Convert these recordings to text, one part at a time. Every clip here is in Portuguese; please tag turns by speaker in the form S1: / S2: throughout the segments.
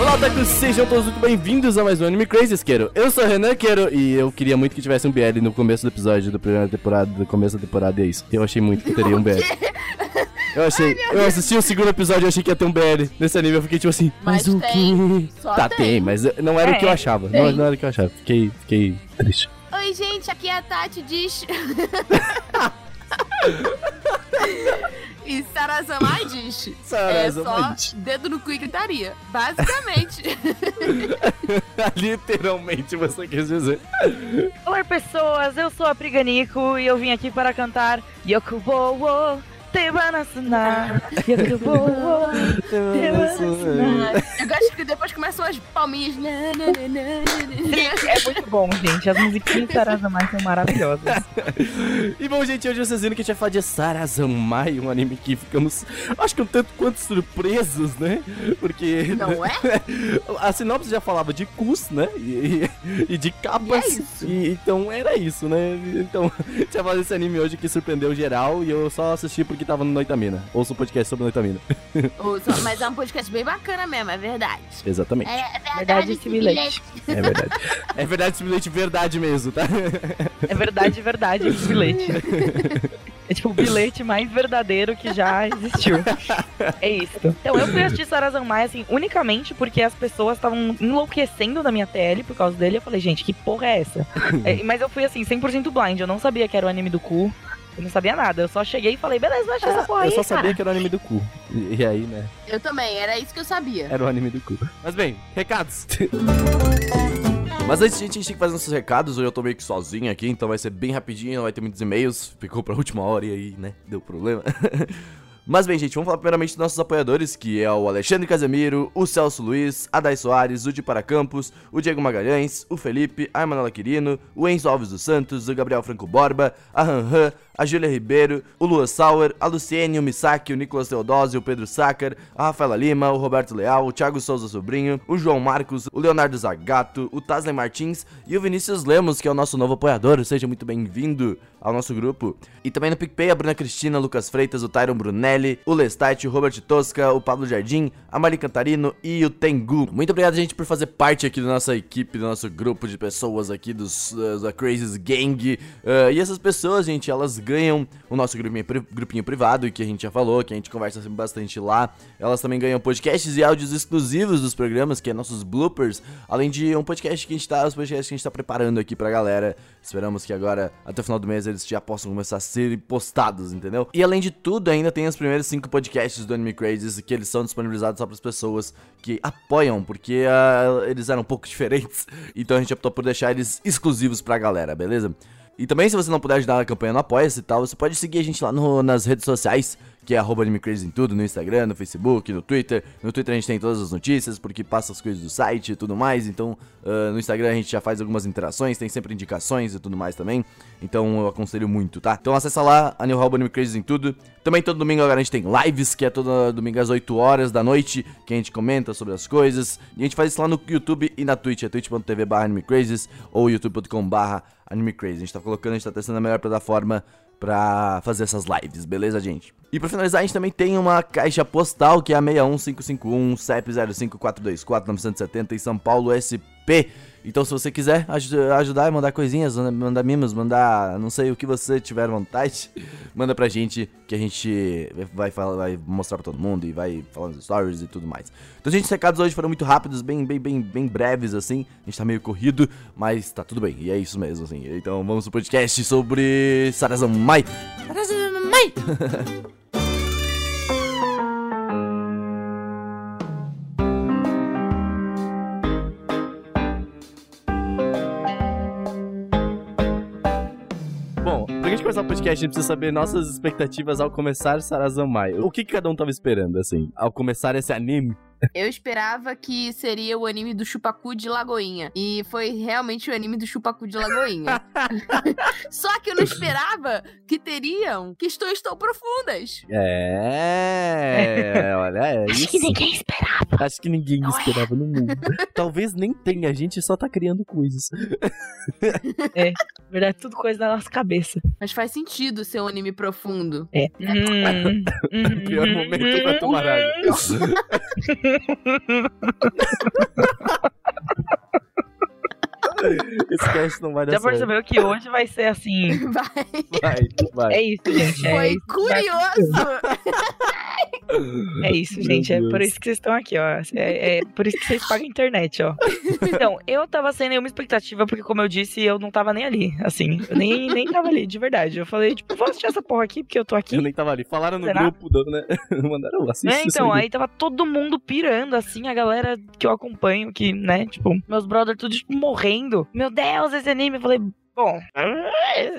S1: Olá, Otaku, sejam todos muito bem-vindos a mais um Anime Crazy Isqueiro. Eu sou o Renan Queiro e eu queria muito que tivesse um BL no começo do episódio da primeira temporada, do começo da temporada e é isso. Eu achei muito que teria um BL. Eu achei, eu assisti o segundo episódio e achei que ia ter um BL nesse anime. Eu fiquei tipo assim, mas,
S2: Mas
S1: o
S2: tem,
S1: que?
S2: só
S1: Tá, tem.
S2: tem.
S1: mas não era o que eu
S2: É,
S1: achava.
S2: tem.
S1: Não, não era o que eu achava. Fiquei, fiquei triste.
S2: Oi, gente, aqui é a Tati diz. e Sarazama diz. É só dedo no cu e gritaria. Basicamente.
S1: Literalmente você quis dizer.
S3: Olá pessoas, eu sou a Priganico e eu vim aqui para cantar Yokubo wo Tebanasuna Yokubo wo Tebanasuna
S2: Eu gosto que depois começam as palminhas. né, Nã, nã, nã, nã, nã, nã.
S3: É muito bom, gente, as musiquinhas do Sarazamai são maravilhosas
S1: E bom, gente, hoje vocês viram que a gente vai falar de Sarazamai, um anime que ficamos, acho que um tanto quanto surpresos, né? Porque
S2: Não é?
S1: a sinopse já falava de cus, né? E, e- e de
S2: E é
S1: capas.
S2: isso.
S1: E- então era isso, né? Então, tinha falado desse anime hoje que surpreendeu geral e eu só assisti porque tava no Noitamina. Ouça o podcast sobre Noitamina.
S2: Ou só- Mas é um podcast bem bacana mesmo, é verdade.
S1: Exatamente.
S4: ーえー
S3: Verdade esse bilhete
S1: É verdade. é verdade, simplesmente verdade mesmo, tá?
S3: É verdade, verdade, esse bilhete É tipo o bilhete mais verdadeiro que já existiu É isso Então eu fui assistir Sarazamai, assim, unicamente porque as pessoas estavam enlouquecendo na minha TL por causa dele Eu falei, gente, que porra é essa? É, mas eu fui assim, 100% blind, eu não sabia que era o anime do cu. Eu não sabia nada, eu só cheguei e falei, beleza, vai achar essa porra aí,
S1: eu só
S3: cara.
S1: sabia que era o anime do cu. E, e aí, né?
S2: Eu também, era isso que eu sabia.
S1: Era o anime do cu. Mas bem, recados. Mas antes, gente, a gente tem que fazer nossos recados. Hoje eu tô meio que sozinho aqui, então vai ser bem rapidinho, não vai ter muitos e-mails. Ficou pra última hora e aí, né? Deu problema. Mas bem, gente, vamos falar primeiramente dos nossos apoiadores, que é o Alexandre Casemiro, o Celso Luiz, a Dai Soares, o de Paracampos, o Diego Magalhães, o Felipe, a Emanuela Quirino, o Enzo Alves dos Santos, o Gabriel Franco Borba, a Ranhan, a Júlia Ribeiro, o Lua Sauer, a Luciene, o Misaki, o Nicolas Teodosio, o Pedro Sácar, a Rafaela Lima, o Roberto Leal, o Thiago Souza Sobrinho, o João Marcos, o Leonardo Zagato, o Tasley Martins e o Vinícius Lemos, que é o nosso novo apoiador. Seja muito bem-vindo ao nosso grupo. E também no PicPay, a Bruna Cristina, o Lucas Freitas, o Tyron Brunelli, o Lestat, o Robert Tosca, o Pablo Jardim, a Mari Cantarino e o Tengu. Muito obrigado, gente, por fazer parte aqui da nossa equipe, do nosso grupo de pessoas aqui dos, eh, da Crazy's Gang. Eh, e essas pessoas, gente, elas ganham o nosso grupinho, pri- grupinho privado, que a gente já falou, que a gente conversa sempre bastante lá. Elas também ganham podcasts e áudios exclusivos dos programas, que é nossos bloopers, além de um podcast que a gente tá, os podcasts que a gente tá preparando aqui pra galera. Esperamos que agora, até o final do mês, eles já possam começar a ser postados, entendeu? E além de tudo, ainda tem os primeiros cinco podcasts do Anime Crazes, que eles são disponibilizados só pras pessoas que apoiam, porque ah, eles eram um pouco diferentes, então a gente optou por deixar eles exclusivos pra galera, beleza? E também, se você não puder ajudar na campanha no Apoia-se e tal, você pode seguir a gente lá no- nas redes sociais, que é arroba Anime Crazy em tudo, no Instagram, no Facebook, no Twitter. No Twitter a gente tem todas as notícias, porque passa as coisas do site e tudo mais. Então, ah, no Instagram a gente já faz algumas interações, tem sempre indicações e tudo mais também. Então, eu aconselho muito, tá? Então, acessa lá, a New Hall Anime Crazy em tudo. Também todo domingo agora a gente tem lives, que é todo domingo às 8 horas da noite, que a gente comenta sobre as coisas. E a gente faz isso lá no YouTube e na Twitch, é twitch.tv barra animecrazes ou youtube.com barra animecrazy. A gente tá colocando, a gente tá testando a melhor plataforma pra fazer essas lives, beleza, gente? E pra finalizar, a gente também tem uma caixa postal, que é a 61551 CEP 05424 970 em São Paulo, SP. Então, se você quiser aj- ajudar e mandar coisinhas, manda- mandar mimos, mandar não sei o que você tiver vontade, manda pra gente que a gente vai, falar, vai mostrar pra todo mundo e vai falando nos stories e tudo mais. Então, gente, os recados hoje foram muito rápidos, bem, bem, bem, bem breves, assim. A gente tá meio corrido, mas tá tudo bem. E é isso mesmo, assim. Então, vamos pro podcast sobre Sarazamai. Bom, pra gente começar o podcast, a gente precisa saber nossas expectativas ao começar Sarazamai. O que que cada um tava esperando, assim, ao começar esse anime?
S2: Eu esperava que seria o anime do Chupacu de Lagoinha. E foi realmente o anime do Chupacu de Lagoinha. Só que eu não esperava que teriam questões tão profundas.
S1: É, olha, é
S5: Acho
S1: isso.
S5: que ninguém esperava.
S1: Acho que ninguém
S3: é?
S1: esperava no mundo. Talvez nem tenha, a gente só tá criando coisas.
S3: Na verdade, tudo coisa da nossa cabeça.
S2: Mas faz sentido ser um anime profundo.
S3: É. Hum, hum,
S1: Pior
S3: hum,
S1: momento pra
S3: hum,
S1: tomar água. Esse cast não vai dar
S3: Já
S1: certo.
S3: percebeu que hoje vai ser assim.
S2: Vai.
S1: Vai, vai.
S3: É isso, gente. É,
S2: Foi
S3: isso.
S2: curioso.
S3: É isso,
S1: Meu
S3: gente. É por
S1: Deus.
S3: isso que vocês estão aqui, ó. É, é por isso que vocês pagam a internet, ó. Então, eu tava sem nenhuma expectativa, porque, como eu disse, eu não tava nem ali. Assim, eu nem, nem tava ali, de verdade. Eu falei, tipo, vou assistir essa porra aqui, porque eu tô aqui.
S1: Eu nem tava ali. Falaram no
S3: Será?
S1: grupo, do, né? Mandaram assistir
S3: É, então,
S1: isso
S3: aí tava todo mundo pirando, assim, a galera que eu acompanho, que, né, tipo, meus brothers tudo, tipo, morrendo. Meu Deus, esse anime. Eu falei, bom, esse
S1: Tá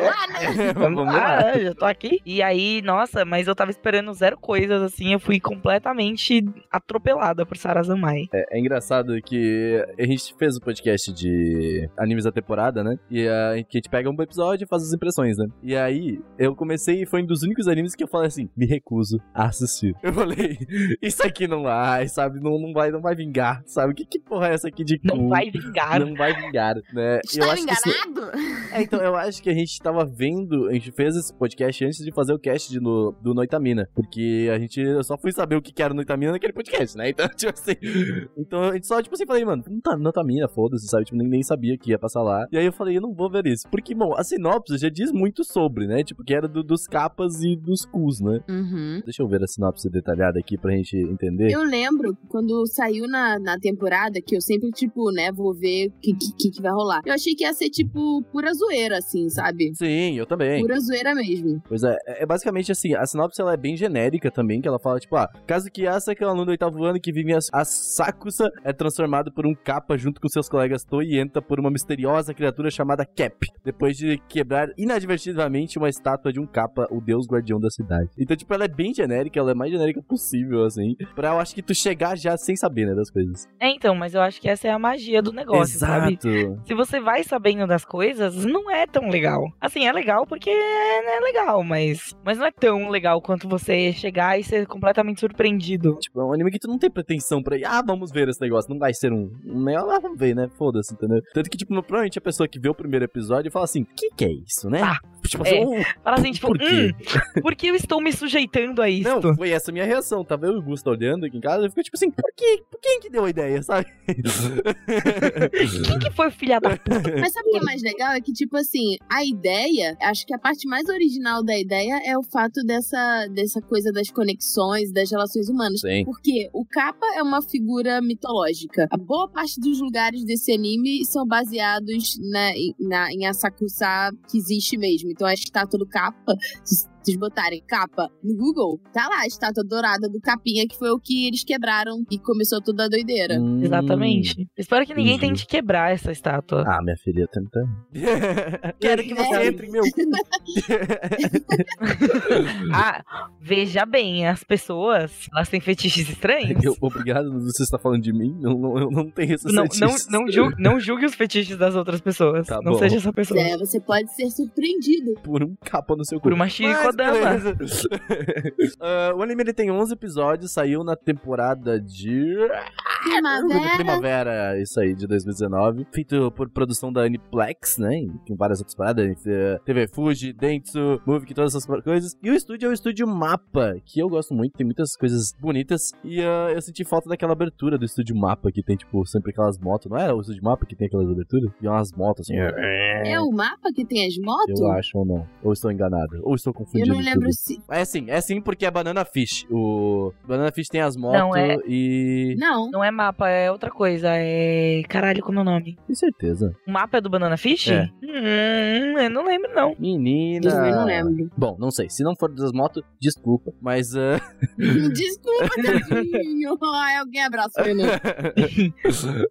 S1: É.
S2: Vamos
S3: né?
S2: lá, né?
S3: Vamos lá, eu é, já tô aqui. E aí, nossa, mas eu tava esperando zero coisas, assim, eu fui completamente atropelada por Sarazamai.
S1: É engraçado que a gente fez o podcast de animes da temporada, né? E a, que a gente pega um episódio e faz as impressões, né? E aí, eu comecei e foi um dos únicos animes que eu falei assim, me recuso a assistir. Eu falei, isso aqui não vai, sabe? Não, não vai, não vai vingar, sabe? Que, que porra é essa aqui de
S3: Não
S1: cu?
S3: vai vingar.
S1: Não vai vingar, né? Eu
S2: Estava
S1: acho que isso-
S2: enganado?
S1: é, então, eu acho que a gente tava vendo, a gente fez esse podcast antes de fazer o cast de no- do Noitamina. Porque a gente eu só fui saber o que que era Noitamina naquele podcast, né? Então, tipo assim. Então a gente só, tipo assim, falei, mano, não tá Noitamina, foda-se, sabe? Tipo, nem, nem sabia que ia passar lá. E aí eu falei, eu não vou ver isso. Porque, bom, a sinopse já diz muito sobre, né? Tipo, que era do- dos capas e dos cus, né?
S2: Uhum.
S1: Deixa eu ver a sinopse detalhada aqui pra gente entender.
S2: Eu lembro quando saiu na, na temporada que eu sempre, tipo, né, vou ver o que, que, que vai rolar. Eu achei que ia ser, tipo, pura zoeira, assim, sabe?
S1: Sim, eu também.
S2: Pura zoeira mesmo.
S1: Pois é, é é basicamente assim, a sinopse ela é bem genérica também, que ela fala, tipo, ah, caso que essa que é um aluno do oitavo ano que vive em As- a Sakusa é transformado por um capa junto com seus colegas Toei e entra por uma misteriosa criatura chamada Cap, depois de quebrar inadvertidamente uma estátua de um capa, o deus guardião da cidade. Então, tipo, ela é bem genérica, ela é mais genérica possível, assim, pra eu acho que tu chegar já sem saber, né, das coisas.
S3: É, então, mas eu acho que essa é a magia do negócio, sabe?
S1: Exato.
S3: Se você vai sabendo das coisas, não é tão legal. Assim, é legal porque é, é legal, mas, mas não é tão legal quanto você chegar e ser completamente surpreendido.
S1: Tipo, é um anime que tu não tem pretensão pra ir. Ah, vamos ver esse negócio. Não vai ser um. um né? Ah, vamos ver, né? Foda-se, entendeu? Tanto que, tipo, provavelmente a pessoa que vê o primeiro episódio fala assim: que que é isso, né?
S3: Ah,
S1: tipo
S3: é.
S1: "Oh,
S3: Fala assim, tipo,
S1: Por quê?
S3: "Hum, por que eu estou me sujeitando a isso?
S1: não, foi essa a minha reação. Tava eu e o Gusta olhando aqui em casa e ficou tipo assim: por que? Por quem que deu a ideia, sabe?
S3: Quem que foi o filha da puta?
S2: Mas sabe o que é mais legal? É que, tipo assim, a ideia, acho que a parte mais original da ideia é o fato dessa, dessa coisa das conexões, das relações humanas.
S1: Sim.
S2: Porque o Kappa é uma figura mitológica. A boa parte dos lugares desse anime são baseados na, em- na, em Asakusa que existe mesmo. Então a estátua do Kappa, se vocês botarem Kappa no Google, tá lá a estátua dourada do Capinha, que foi o que eles quebraram e começou toda a doideira.
S1: Hum. Uhum.
S3: Exatamente. Espero que ninguém
S1: Justo.
S3: tente quebrar essa estátua.
S1: Ah, minha filha, tá. tenta. Quero que você
S2: É.
S1: entre, meu.
S3: Ah, veja bem, as pessoas, elas têm fetiches estranhos.
S1: Eu, obrigado, você está falando de mim? Eu não, eu não tenho essa
S3: Não, não,
S1: sentido.
S3: não, julgue, não julgue os fetiches das outras pessoas.
S1: Tá
S3: não
S1: bom.
S3: seja essa pessoa.
S2: É, você pode ser surpreendido.
S1: Por um capa no seu cu.
S3: Por uma
S1: Mas,
S3: chiricodama.
S1: beleza. Ah, o anime ele tem 11 episódios, saiu na temporada de. De
S2: Primavera.
S1: Primavera, isso aí, de 2019. Feito por produção da Aniplex, né? E Tem várias outras paradas, eh, TV Fuji, Dentsu, Movie, todas essas coisas. E o estúdio é o estúdio Mapa, que eu gosto muito, tem muitas coisas bonitas. E ah, eu senti falta daquela abertura do estúdio Mapa, que tem, tipo, sempre aquelas motos. Não era o estúdio Mapa que tem aquelas aberturas? E umas motos assim.
S2: É o mapa que tem as motos?
S1: Eu acho ou não. Ou estou enganado. Ou estou
S2: Eu
S1: confundindo.
S2: não lembro
S1: tudo.
S2: se.
S1: É sim, é sim, porque é Banana Fish. O Banana Fish tem as motos
S3: Não, é-
S1: e.
S2: Não.
S3: Não é mapa, é outra coisa. É. Caralho, como é o nome?
S1: Tem certeza.
S3: O mapa é do Banana Fish?
S1: É.
S3: Hum, eu não lembro, não.
S1: Menina.
S2: Eu não lembro.
S1: Bom, não sei. Se não for das motos, desculpa. Mas. ah,
S2: Desculpa, tadinho. Ai, alguém abraça o Renan.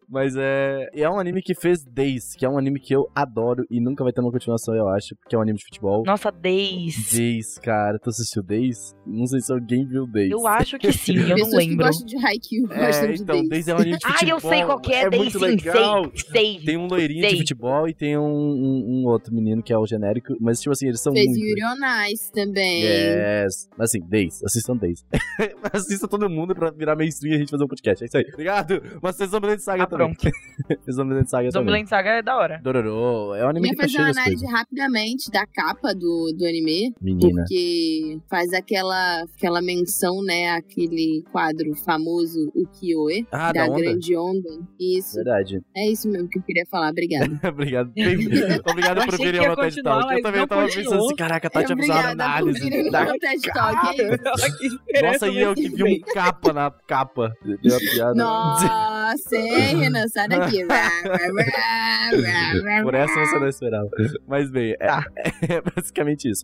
S1: mas é. É um anime que fez Days, que é um anime que eu adoro e nunca vai ter uma continuação, eu acho, porque é um anime de futebol.
S3: Nossa, Days.
S1: Days, Days, cara. Tu assistiu Days? Não sei se alguém viu Days.
S3: Eu acho que sim, eu não
S2: Pessoas que
S3: lembro.
S2: gostam de Haikyuu gostam
S1: É,
S2: de
S1: então,
S2: Days.
S1: Days é um anime de
S3: Ah,
S1: futebol.
S3: eu sei qual que é,
S1: é
S3: daí
S1: muito
S3: sim,
S1: legal.
S3: sei, sei.
S1: Tem um loirinho
S3: Sei.
S1: de futebol e tem um, um- um outro menino que é o genérico. Mas, tipo assim, eles são
S2: Fez
S1: muito...
S2: Yuri on Ice também.
S1: Yes. Mas assim, Days. Assistam Days. Assista todo mundo pra virar mainstream e a gente fazer um podcast. É isso aí. Obrigado. Mas vocês Zombieland Saga
S3: Ah,
S1: também.
S3: pronto.
S1: Vocês Zombieland Saga também.
S3: Zombieland Saga é da hora.
S1: Dororo. É um
S2: Eu
S1: anime
S2: ia
S1: que tá
S2: fazer
S1: cheio
S2: uma
S1: das
S2: análise
S1: coisas.
S2: rapidamente da capa do, do anime,
S3: é
S1: Menina.
S2: porque faz aquela, aquela menção, né, àquele quadro famoso Ukiyo-e,
S1: Ah,
S2: da
S1: da onda?
S2: grande onda. Isso,
S1: Verdade.
S2: é isso mesmo que eu queria falar, obrigada.
S1: Obrigado. Bem-
S3: Eu
S1: Obrigado por
S3: achei
S1: virem
S3: que ia
S1: uma TED
S3: continuar,
S1: Talk. Eu
S3: mas
S1: também
S3: não
S1: tava
S3: continuou. É,
S1: pensando assim, caraca, a Tati abusava na
S2: obrigada por
S1: análise.
S2: virem
S1: Da-
S2: no TED Talk, é isso.
S1: Nossa, e eu que vi um capa na capa. Deu uma piada.
S2: Nossa, hein, Renan, sai daqui. Rá, rá, rá, rá,
S1: Por
S2: rá.
S1: essa você não esperava. Mas bem, é,
S3: Tá.
S1: é basicamente isso.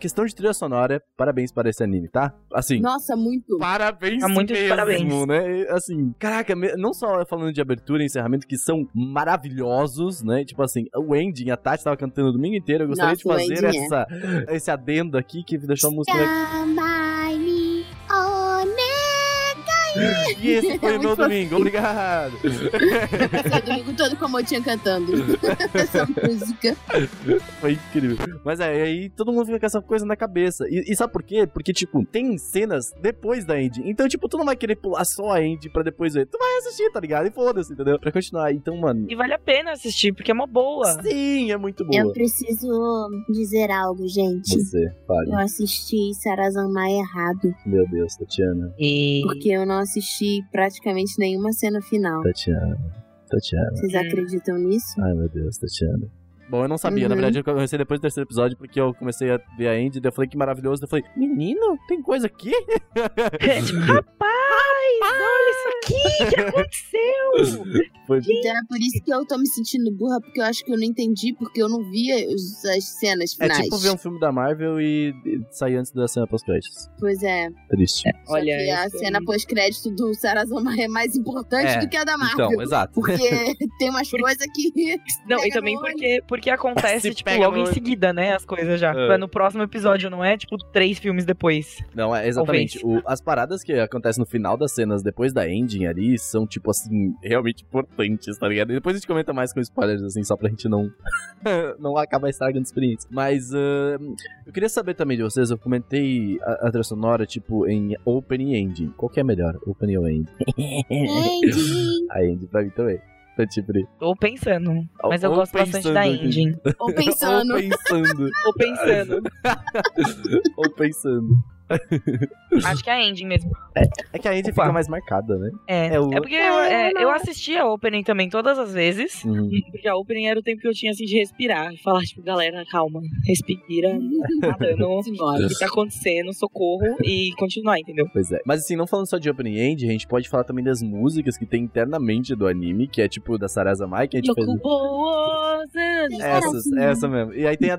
S1: Questão de trilha sonora, parabéns para esse anime, tá? Assim,
S2: Nossa, muito.
S1: Parabéns
S3: Tá muito de
S1: mesmo,
S3: parabéns.
S1: né? E, Assim, caraca, me- não só falando de abertura e encerramento, que são maravilhosos, né? Tipo assim, o ending, a Tati tava cantando o domingo inteiro. Eu gostaria
S2: Nossa, o
S1: de fazer
S2: ending é.
S1: essa, esse adendo aqui que deixou a música...
S6: Samari onegai.
S1: E esse foi o meu
S2: É Muito
S1: domingo, obrigado.
S2: Passei o é domingo todo com a motinha cantando essa música.
S1: Foi incrível. Mas é, aí todo mundo fica com essa coisa na cabeça. E, e sabe por quê? Porque, tipo, tem cenas depois da Andy. Então, tipo, tu não vai querer pular só a Andy pra depois ver. Tu vai assistir, tá ligado? E foda-se, entendeu? Pra continuar. Então, mano.
S3: E vale a pena assistir, porque é uma boa.
S1: Sim, é muito
S6: Eu
S1: boa.
S6: preciso dizer algo, gente.
S1: Você, fale.
S6: Eu assisti Sarazanmai errado,
S1: Meu Deus, Tatiana.
S3: E...
S2: Porque eu não assisti praticamente nenhuma cena final.
S1: Tatiana. Tatiana.
S2: Vocês acreditam nisso?
S1: Ai, meu Deus, Tatiana. Bom, eu não sabia, na
S2: Uhum.
S1: verdade, eu comecei depois do terceiro episódio, porque eu comecei a ver a Andy, daí eu falei que maravilhoso, daí eu falei, menino, tem coisa aqui?
S3: tipo, rapaz, olha isso aqui, o que aconteceu?
S1: Foi
S2: Então é por isso que eu tô me sentindo burra, porque eu acho que eu não entendi, porque eu não via os- as cenas
S1: É
S2: finais.
S1: tipo ver um filme da Marvel e e sair antes da cena pós-créditos.
S2: Pois é.
S1: Triste.
S2: Só
S3: Olha,
S2: que a
S3: isso
S2: cena
S3: aí.
S2: pós-crédito do Sarazama é mais importante
S1: um É,
S2: do que a da Marvel.
S1: Então, exato.
S2: Porque tem umas coisas que.
S3: Não, e
S2: Pega
S3: também
S2: no olho.
S3: porque, porque
S1: Se
S3: acontece, tipo,
S1: pega
S3: logo
S1: no
S3: em
S1: olho.
S3: seguida, né, as coisas já.
S1: É.
S3: É No próximo episódio, não é, tipo, três filmes depois.
S1: Não, é exatamente. O- as paradas que acontecem no final das cenas, depois da ending ali, são, tipo assim, realmente importantes, tá ligado? E depois a gente comenta mais com spoilers, assim, só pra gente não, não acabar estragando a experiência. Mas ah, eu queria saber também de vocês, eu comentei a, a trilha sonora, tipo, em open e ending. Qual que é melhor? Open ou ending?
S6: Andy.
S1: A ending pra mim também. Então, tipo,
S3: Tô pensando. Mas eu
S1: ou
S3: gosto bastante
S1: pensando
S3: da
S1: aqui.
S3: Ending.
S2: Ou pensando.
S1: Ou pensando.
S3: Tô pensando.
S1: ou pensando.
S3: Acho que é a Ending mesmo.
S1: É que a Andy
S3: Opa.
S1: fica mais marcada, né?
S3: É.
S1: É o-
S3: É porque eu, é, eu assisti a Opening também todas as vezes.
S1: Uhum.
S3: Porque a Opening era o tempo que eu tinha, assim, de respirar. Falar, tipo, galera, calma. Respira. Nada, não. O
S2: Simbora.
S3: que tá acontecendo? Socorro. E continuar, entendeu?
S1: Pois é. Mas assim, não falando só de opening end, a gente pode falar também das músicas que tem internamente do anime, que é tipo da Sarasa Mai, que a gente fez. Essas, essa mesmo. E aí tem, a-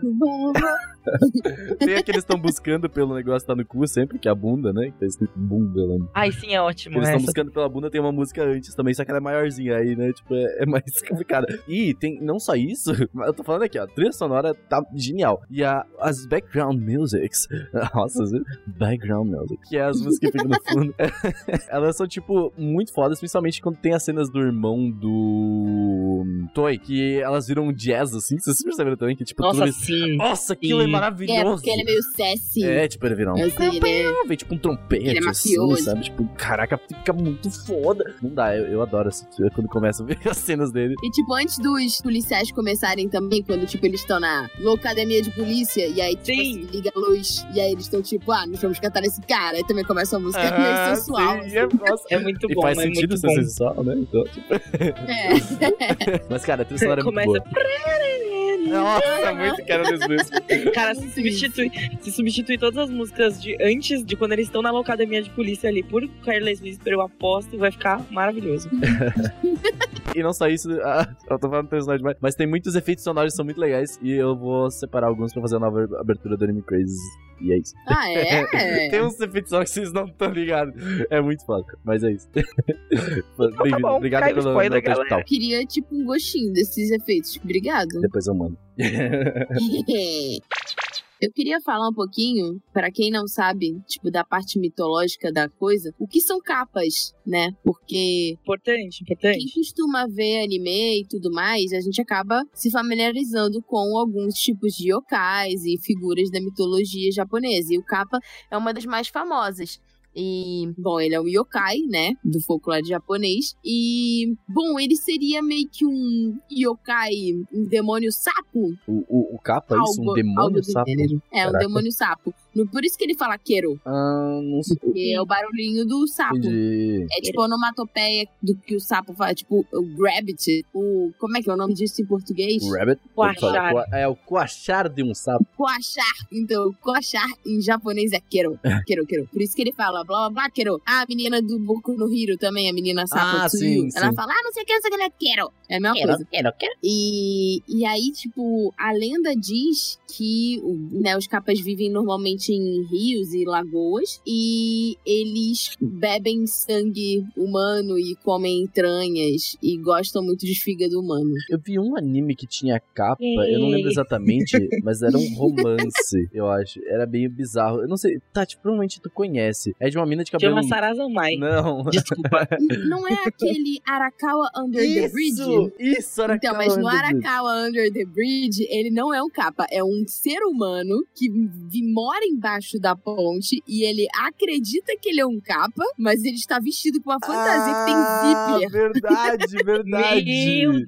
S1: tem a que eles estão buscando pelo negócio que tá no cu sempre, que é a bunda, né? Que tá escrito bunda lá.
S3: Ai, sim, é ótimo.
S1: Eles estão
S3: essa.
S1: buscando pela bunda, tem uma música antes também, só que ela é maiorzinha aí, né? Tipo, é, é mais complicada. E tem não só isso, mas eu tô falando aqui, ó, a trilha sonora tá genial. E a, as background musics, nossa, você- background music, que é as músicas que ficam no fundo, elas são, tipo, muito fodas, principalmente quando tem as cenas do irmão do Toy, que elas viram jazz, assim, vocês perceberam também que, tipo, tudo
S3: Nossa,
S1: eles...
S3: sim.
S1: Nossa, aquilo é
S3: Sim.
S2: É,
S1: maravilhoso!
S2: porque ele é meio sassy.
S1: É, tipo, ele viram um
S2: Assim, né?
S1: vem tipo um trompete,
S2: Ele é
S1: assim,
S2: mafioso.
S1: sabe? Tipo, caraca, fica muito foda. Não dá, eu, eu adoro assim, quando começa a ver as cenas dele.
S2: E, tipo, antes dos policiais começarem também, quando, tipo, eles estão na academia de polícia, e aí, tipo,
S3: Sim.
S2: assim, liga a luz, e aí eles estão, tipo, ah, nós vamos cantar nesse cara. Aí também começa uma música meio sensual.
S1: Ah, sim, é, nossa.
S3: É muito
S1: E
S3: bom,
S1: faz
S3: é
S1: sentido
S3: muito
S1: ser
S3: bom.
S1: sensual, né? Então, tipo...
S2: É.
S1: Mas, cara, a trilha sonora é muito
S3: Começa-
S1: boa. Nossa, muito cara desse mesmo.
S3: Cara, se substitui, se substitui todas as músicas de antes, de quando eles estão na academia de polícia ali, por Careless Whisper, eu aposto, vai ficar maravilhoso.
S1: E não só isso, ah, eu tô falando trilha sonora demais, mas tem muitos efeitos sonoros que são muito legais e eu vou separar alguns pra fazer a nova abertura do Anime Crazy. E é isso.
S2: Ah, é?
S1: Tem uns efeitos sonoros que vocês não estão ligados. É muito foda, mas é isso.
S3: tá
S1: Bem-vindo.
S3: bom,
S1: Obrigado
S3: cai o
S1: pelo
S3: spoiler,
S1: pelo TED
S3: galera.
S1: Talk.
S2: Queria, tipo, um gostinho desses efeitos. Obrigado.
S1: Depois eu mando.
S2: Eu Eu queria falar um pouquinho, pra quem não sabe, tipo, da parte mitológica da coisa, o que são capas, né? Porque
S3: Importante,
S2: quem
S3: importante.
S2: costuma ver anime e tudo mais, a gente acaba se familiarizando com alguns tipos de yokais e figuras da mitologia japonesa. E o Kappa é uma das mais famosas. E, bom, ele é um yokai, né? Do folclore japonês. E, bom, ele seria meio que um yokai, um demônio sapo.
S1: O, o, o capa é isso? Um
S2: algo- algo
S1: demônio
S2: do
S1: sapo?
S2: gênero. É, um
S1: Caraca.
S2: demônio sapo. No- Por isso que ele fala quero,
S1: Ah, não sei.
S2: que é o barulhinho do sapo.
S1: Entendi.
S2: É tipo a onomatopeia do que o sapo faz, tipo o rabbit, o. Como é que é o nome disso em português?
S1: O rabbit?
S3: Coachar.
S1: Pode falar, É o coachar de um sapo.
S2: Coachar. Então, coachar em japonês é quero. Quero, quero. Por isso que ele fala blá blá blá, quero. Ah, a menina do Boku no Hiro também, a menina sapo
S1: Ah,
S2: Tsuyu.
S1: sim,
S2: Ela
S1: sim.
S2: fala, ah, não sei o que, não sei o que, né? quero. É a mesma coisa.
S3: quero, quero.
S2: E, e aí, tipo, a lenda diz que o- né, os capas vivem normalmente em rios e lagoas e eles bebem sangue humano e comem entranhas e gostam muito de fígado humano.
S1: Eu vi um anime que tinha capa, eu não lembro
S3: Yay.
S1: exatamente, mas era um romance, eu acho. Era bem bizarro. Eu não sei, Tati, provavelmente tu conhece. É de uma mina de cabelo...
S3: Chama Sarazan Mai.
S1: Não.
S3: Desculpa.
S2: N- Não é aquele Arakawa Under the Bridge?
S1: Isso! Isso, era
S2: Então,
S1: aquela
S2: mas no
S1: onda de-
S2: Arakawa Under the Bridge, ele não é um capa, é um ser humano que vi- mora embaixo da ponte e ele acredita que ele é um capa, mas ele está vestido com uma fantasia
S1: Ah.
S2: que tem zíper.
S1: Verdade, verdade.
S3: Meu Deus.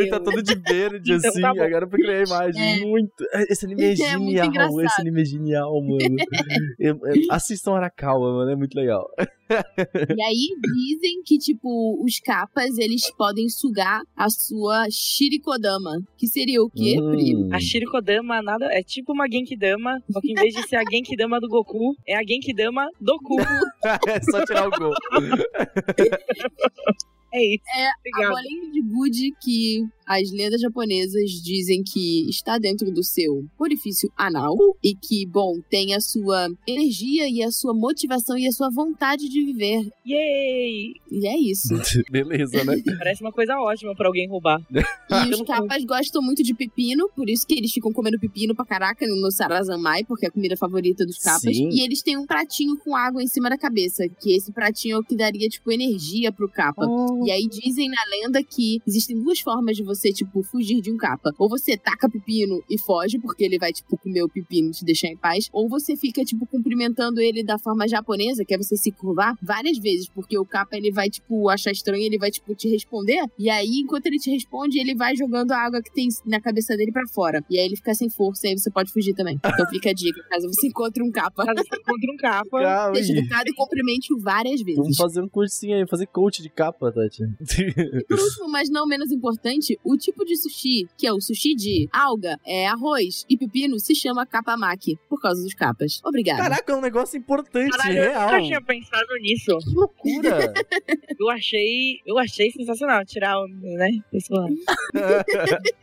S1: Ele tá todo de verde,
S3: Então,
S1: assim.
S3: tá bom.
S1: agora eu criei a imagem. Muito. Esse anime é,
S2: É muito
S1: genial.
S2: engraçado.
S1: esse anime é genial, mano. Eu- eu- assistam Arakawa, mano. É muito legal.
S2: E aí dizem que, tipo, os capas, eles podem sugar a sua Shirikodama, que é seria o quê, Pri?
S1: Hum.
S3: A Shirikodama nada, é tipo uma Genkidama, só que em vez de ser a Genkidama do Goku, é a Genkidama do Ku.
S1: É só tirar o gol.
S3: É isso.
S2: É, A
S3: Obrigado.
S2: bolinha de gude que as lendas japonesas dizem que está dentro do seu orifício anal e que, bom, tem a sua energia e a sua motivação e a sua vontade de viver.
S3: Yay!
S2: E é isso.
S1: Beleza, né?
S3: Parece uma coisa ótima pra alguém roubar.
S2: E os capas gostam muito de pepino, por isso que eles ficam comendo pepino pra caraca no Sarazamai, porque é a comida favorita dos capas.
S1: Sim.
S2: E eles têm um pratinho com água em cima da cabeça, que esse pratinho é o que daria, tipo, energia pro capa. E aí dizem né, na lenda que existem duas formas de você, tipo, fugir de um capa. Ou você taca pepino e foge, porque ele vai, tipo, comer o pepino e te deixar em paz. Ou você fica, tipo, cumprimentando ele da forma japonesa, que é você se curvar várias vezes, porque o capa ele vai, tipo, achar estranho, ele vai, tipo, te responder. E aí, enquanto ele te responde, ele vai jogando a água que tem na cabeça dele pra fora. E aí ele fica sem força, e aí você pode fugir também. Então fica a dica, caso você encontre um capa.
S3: Caso você encontre um capa,
S1: Calma
S2: Deixa
S1: aí.
S2: educado e cumprimente-o várias vezes.
S1: Vamos fazer um cursinho aí, fazer coach de capa, Tati.
S2: E por último, mas não menos importante, o tipo de sushi, que é o sushi de alga, é arroz e pepino, se chama kapamaki, por causa dos capas. Obrigada.
S7: Caraca, é um negócio importante,
S3: Caralho, eu
S7: real.
S3: nunca tinha pensado nisso.
S1: Que loucura!
S3: Eu achei, eu achei sensacional tirar o, né, pessoa.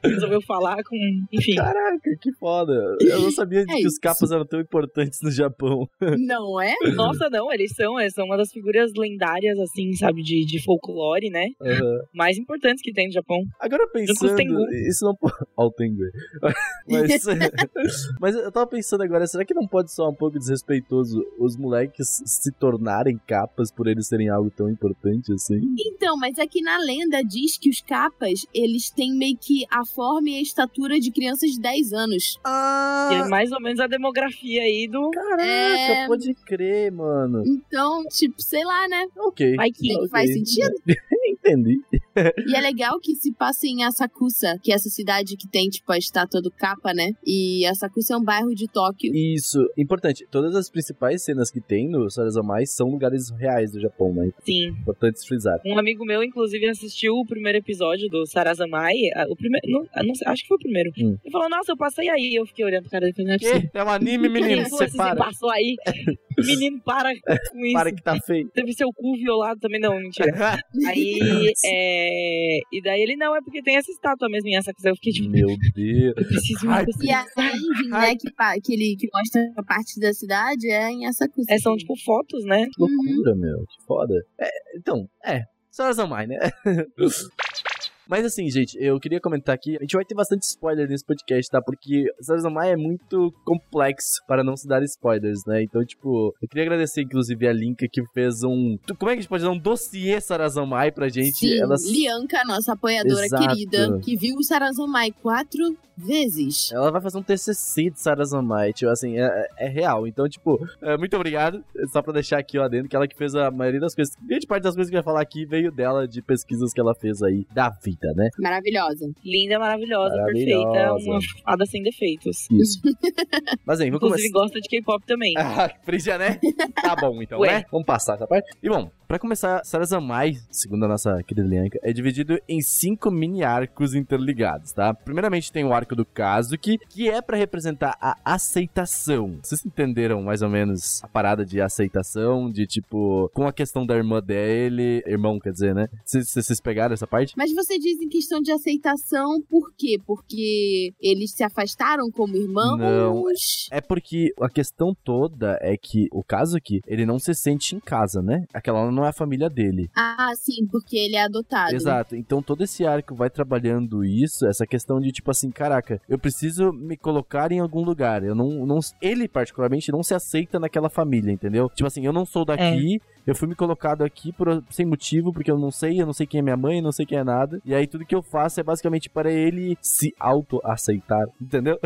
S3: Resolveu falar com, enfim.
S1: Caraca, que foda. Eu não sabia de
S2: É
S1: que os
S2: isso.
S1: capas eram tão importantes no Japão.
S2: Não é?
S3: Nossa, não, eles são, eles são uma das figuras lendárias, assim, sabe, de, de folclore, né?
S1: Aham.
S3: Mais importantes que tem no Japão.
S1: Agora
S3: Junto com os
S1: pensando,
S3: Tengu.
S1: isso não pode. Ó, o Tengu. aí. Mas, mas eu tava pensando agora, será que não pode ser um pouco desrespeitoso os moleques se tornarem capas por eles serem algo tão importante assim?
S2: Então, mas aqui na lenda diz que os capas, eles têm meio que a forma e a estatura de crianças de 10 anos.
S7: Ah.
S3: Que é mais ou menos a demografia aí do.
S1: Caraca,
S2: É.
S1: pode crer, mano.
S2: Então, tipo, sei lá, né?
S1: Ok.
S3: Aikido.
S1: ok.
S2: Faz sentido?
S1: Entendi.
S2: E é legal que se passa em Asakusa, que é essa cidade que tem, tipo, a estátua do capa, né? E Asakusa é um bairro de Tóquio.
S1: Isso, importante. Todas as principais cenas que tem no Sarazamai são lugares reais do Japão, né?
S3: Sim.
S1: Importante frisar.
S3: Um amigo meu, inclusive, assistiu o primeiro episódio do Sarazamai. a- O primeiro. Não, ah, não sei, acho que foi o primeiro.
S1: Hum.
S3: Ele falou, nossa, eu passei aí. Eu fiquei olhando pro cara dele e falei, não é possível.
S7: Que? É um anime, menino.
S3: Ele falou assim,
S7: Separa.
S3: Você passou aí. Menino, para com isso.
S1: Para que tá feio.
S3: Teve seu cu violado também, não, mentira. Aí, é... E daí ele, não, é porque tem essa estátua mesmo em essa coisa. Eu fiquei tipo,
S1: Meu Deus.
S3: eu preciso... assim.
S7: Ai,
S2: E a ending, né, que, pa- que ele que mostra a parte da cidade é em Asakusa.
S3: É, são, tipo, fotos, né?
S1: Que loucura, meu. Que foda. É, então, é. Sarazamai, né? Mas assim, gente, eu queria comentar aqui. A gente vai ter bastante spoiler nesse podcast, tá? Porque Saras Amai é muito complexo para não se dar spoilers, né? Então, tipo, eu queria agradecer, inclusive, a Linka que fez um. Tu- Como é que a gente pode dar um dossiê Sarazamai pra gente?
S2: Sim,
S1: Ela-
S2: Lianca, nossa apoiadora
S1: Exato.
S2: querida, que viu o Sarazamai quatro vezes.
S1: Ela vai fazer um TCC de Sarazamai, tipo, assim, é, é real. Então, tipo, é, muito obrigado. Só pra deixar aqui, ó, dentro, que ela que fez a maioria das coisas. Grande parte das coisas que eu ia falar aqui veio dela, de pesquisas que ela fez aí da vida, né?
S2: Maravilhosa.
S3: Linda, maravilhosa,
S1: Maravilhosa.
S3: perfeita. Uma fada sem defeitos.
S1: Isso. Mas, hein, vou
S3: Inclusive,
S1: começar.
S3: gosta de K-pop também.
S1: Ah, Frisia, né? Tá bom, então,
S3: Ué.
S1: né? Vamos passar essa parte. E bom, pra começar, Sarazamai, segundo a nossa querida Lianca, é dividido em cinco mini arcos interligados, tá? Primeiramente tem o arco do Kazuki, que é pra representar a aceitação. Vocês entenderam mais ou menos a parada de aceitação, de tipo, com a questão da irmã dele, irmão, quer dizer, né? Vocês- Vocês vocês pegaram essa parte?
S2: Mas você diz em questão de aceitação, por quê? Porque eles se afastaram como irmãos?
S1: Não. É porque a questão toda é que o Kazuki, ele não se sente em casa, né? Aquela não é a família dele.
S2: Ah, sim, porque ele é adotado.
S1: Exato. Então todo esse arco vai trabalhando isso, essa questão de tipo assim, caraca, eu preciso me colocar em algum lugar. Eu não, não ele particularmente não se aceita naquela família, entendeu? Tipo assim, eu não sou daqui, eu fui me colocado aqui por sem motivo, porque eu não sei, eu não sei quem é minha mãe, eu não sei quem é nada. E aí tudo que eu faço é basicamente para ele se auto aceitar, entendeu?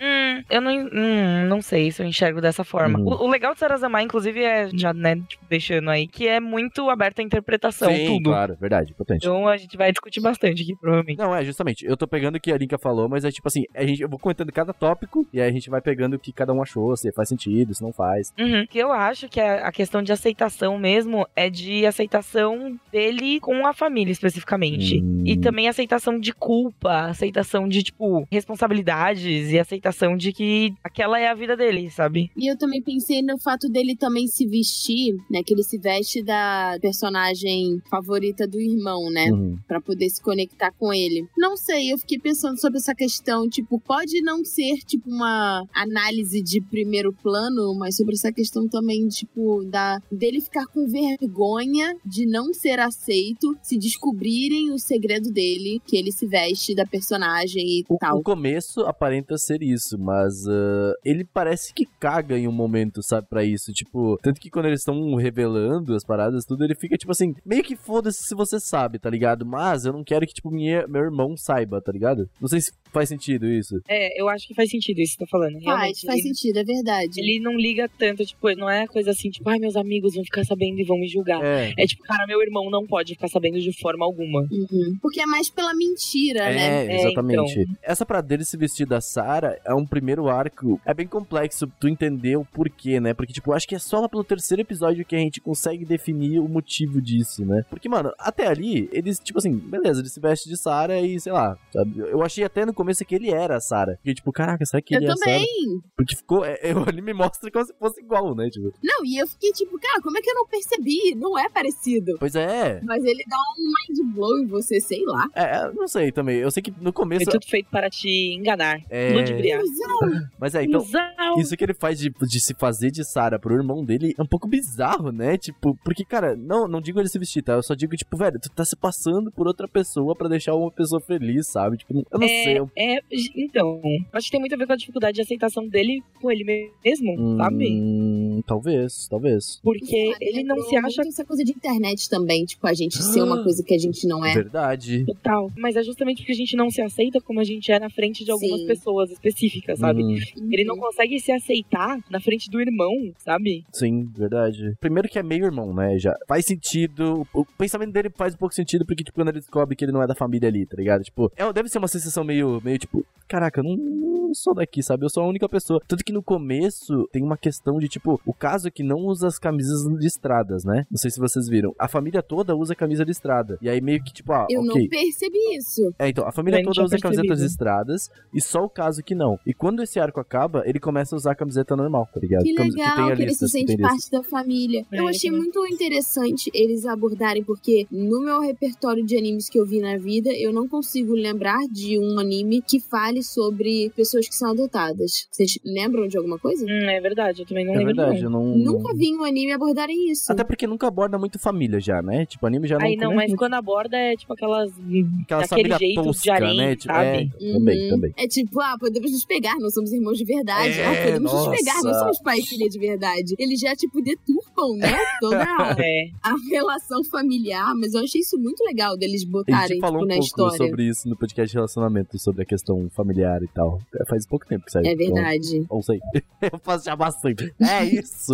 S3: Hum, eu não, hum, não sei se eu enxergo dessa forma.
S1: Uhum.
S3: O, o legal de Sarazama, inclusive, é, já, né, tipo, deixando aí, que é muito aberto à interpretação, é um tudo.
S1: claro, verdade, importante.
S3: Então a gente vai discutir bastante aqui, provavelmente.
S1: Não, é, justamente. Eu tô pegando o que a Linka falou, mas é tipo assim, a gente, eu vou comentando cada tópico e aí a gente vai pegando o que cada um achou, se faz sentido, se não faz.
S3: Uhum. O que eu acho que a, a questão de aceitação mesmo é de aceitação dele com a família, especificamente.
S1: Hum.
S3: E também aceitação de culpa, aceitação de, tipo, responsabilidades e aceitação de que aquela é a vida dele, sabe?
S2: E eu também pensei no fato dele também se vestir, né? Que ele se veste da personagem favorita do irmão, né?
S1: Uhum.
S2: Pra poder se conectar com ele. Não sei, eu fiquei pensando sobre essa questão, tipo, pode não ser tipo uma análise de primeiro plano, mas sobre essa questão também, tipo, da dele ficar com vergonha de não ser aceito, se descobrirem o segredo dele, que ele se veste da personagem e
S1: O,
S2: tal.
S1: o começo aparenta ser isso, mas ah, ele parece que caga em um momento, sabe, pra isso. Tipo, tanto que quando eles estão revelando as paradas, tudo, ele fica tipo assim, meio que foda-se se você sabe, tá ligado? Mas eu não quero que, tipo, minha, meu irmão saiba, tá ligado? Não sei se faz sentido isso.
S3: É, eu acho que faz sentido isso que você tá falando.
S2: Faz, faz sentido, é verdade.
S3: Ele não liga tanto, tipo, não é coisa assim, tipo, ai, meus amigos vão ficar sabendo e vão me julgar.
S1: É.
S3: É tipo, cara, meu irmão não pode ficar sabendo de forma alguma.
S2: Uhum. Porque é mais pela mentira, né?
S1: É,
S3: É,
S1: exatamente. Essa pra dele se vestir da Sarah é um primeiro arco. É bem complexo tu entender o porquê, né? Porque, tipo, eu acho que é só lá pelo terceiro episódio que a gente consegue definir o motivo disso, né? Porque, mano, até ali, eles, tipo assim, beleza, ele se veste de Sarah e, sei lá, sabe? Eu achei até no começo que ele era a Sarah. Fiquei tipo, caraca, será que
S2: Eu
S1: ele é a Sarah?
S2: também.
S1: Porque ficou. é, é, ele me mostra como se fosse igual, né? Tipo,
S2: Não, e eu fiquei tipo, cara, como é que eu não percebi? Não é parecido.
S1: pois é.
S2: Mas ele dá um mind blow em você, sei lá.
S1: É, é, não sei também. Eu sei que no
S3: Foi
S1: começo.
S3: É
S2: É
S3: tudo feito para te enganar,
S1: É,
S3: ludibriar.
S2: Ilusão.
S1: mas é, então.
S3: Ilusão.
S1: Isso que ele faz de, de se fazer de Sarah pro irmão dele é um pouco bizarro, né? Tipo, porque, cara, não, não digo ele se vestir, tá? Eu só digo, tipo, velho, tu tá se passando por outra pessoa pra deixar uma pessoa feliz, sabe? Tipo, não- eu não
S3: É,
S1: sei. eu-
S3: É, então, acho que tem muito a ver com a dificuldade de aceitação dele com ele mesmo, sabe?
S1: Hum, talvez, talvez.
S3: Porque
S2: Cara,
S3: ele não
S2: lembrou
S3: se acha Ah.
S2: muito essa coisa de internet também, tipo, a gente ser uma coisa que a gente não é.
S1: Verdade.
S3: total. Mas é justamente porque a gente não se aceita como a gente é na frente de algumas
S2: Sim.
S3: pessoas específicas, sabe?
S1: Hum,
S3: Uhum. Ele não consegue se aceitar na frente do irmão, sabe?
S1: sim, verdade. Primeiro que é meio irmão, né? Já faz sentido. O o pensamento dele faz um pouco sentido, porque, tipo, quando ele descobre que ele não é da família ali, tá ligado? Tipo, é, deve ser uma sensação meio, meio tipo, caraca, eu não, não sou daqui, sabe? Eu sou a única pessoa. Tanto que no começo tem uma questão de, tipo, o caso é que não usa as camisas listradas, né? Não sei se vocês viram. A família toda usa camisa listrada. E aí meio que, tipo, ah,
S2: Eu
S1: ok.
S2: não percebi isso.
S1: É, então, a família
S3: Eu não
S1: toda
S3: tinha
S1: usa camisetas
S3: percebido.
S1: listradas e só o caso que não. E quando esse arco acaba, ele começa a usar a camiseta normal, tá ligado?
S2: Que
S1: Camis-
S2: legal que,
S1: a
S2: ele
S1: lista,
S2: se
S1: que
S2: sente
S1: tem lista.
S2: parte da família.
S3: É,
S2: eu achei
S3: que-
S2: muito interessante eles abordarem, porque no meu repertório de animes que eu vi na vida, eu não consigo lembrar de um anime que fale sobre pessoas que são adotadas. Vocês lembram de alguma coisa?
S3: Hum, é verdade, eu também não
S1: É
S3: lembro.
S1: verdade. verdade, eu não.
S2: Nunca vi um anime abordarem isso.
S1: Até porque nunca aborda muito família já, né? Tipo, anime já não
S3: Aí não,
S1: né?
S3: mas quando aborda é tipo aquelas.
S1: Aquela
S3: daquele
S1: família
S3: jeito de
S1: tosca,
S3: harém,
S1: né? Tipo, é,
S3: sabe?
S1: também,
S2: Uhum.
S1: também.
S2: É tipo, ah, podemos nos pegar, não somos irmãos de verdade.
S1: É,
S2: ah, podemos
S1: nossa.
S2: nos pegar, não somos pai e filha de verdade. Eles já, tipo, deturpam, né? Toda a,
S3: É.
S2: a relação familiar. Mas eu achei isso muito legal deles
S1: A
S2: botarem,
S1: gente falou
S2: tipo,
S1: um
S2: na
S1: pouco
S2: história.
S1: sobre isso no podcast de relacionamento, sobre a questão familiar e tal. É, Faz pouco tempo que saiu.
S2: É
S1: então,
S2: verdade.
S1: Ou sei. Eu faço já bastante. É isso.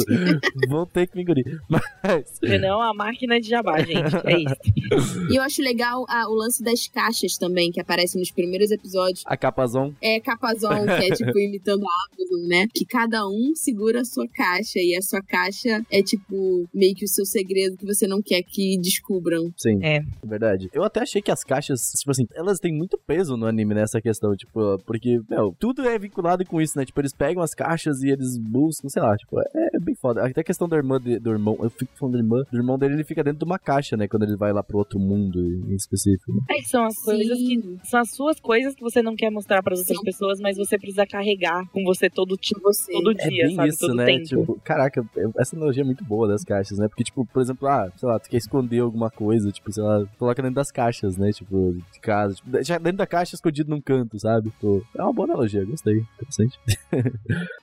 S1: Vão ter que me engolir. Mas.
S3: Senão a É máquina de jabá, gente. É isso.
S2: E eu acho legal ah, o lance das caixas também, que aparece nos primeiros episódios.
S1: A capazão.
S2: É capazão, que é tipo imitando a Amazon, né? Que cada um segura a sua caixa. E a sua caixa é tipo meio que o seu segredo que você não quer que descubram.
S1: Sim.
S3: É.
S1: Verdade. Eu até achei que as caixas, tipo assim, elas têm muito peso no anime nessa questão. Tipo, porque, meu, tudo é vinculado com isso, né? Tipo, eles pegam as caixas e eles buscam, sei lá. Tipo, é, é bem foda. Até a questão da irmã de- do irmão. Eu fico falando da irmã. Do irmão dele, ele fica dentro de uma caixa, né? Quando ele vai lá pro outro mundo em específico. né?
S3: É que são as coisas que.
S2: Sim,
S3: São as suas coisas que você não quer mostrar para outras
S2: Sim.
S3: pessoas, mas você precisa carregar com você todo tipo,
S2: você.
S3: todo
S1: É
S3: dia,
S1: bem
S3: sabe?
S1: isso,
S3: todo
S1: né?
S3: tempo.
S1: Tipo, caraca, eu- essa analogia é muito boa das caixas, né? Porque, tipo, por exemplo, ah, sei lá, tu quer esconder alguma coisa, tipo, sei lá, coloca dentro das caixas, né? Tipo, de casa. Tipo, já dentro da caixa escondido num canto, sabe? Tipo, é uma boa analogia, gostei. Interessante.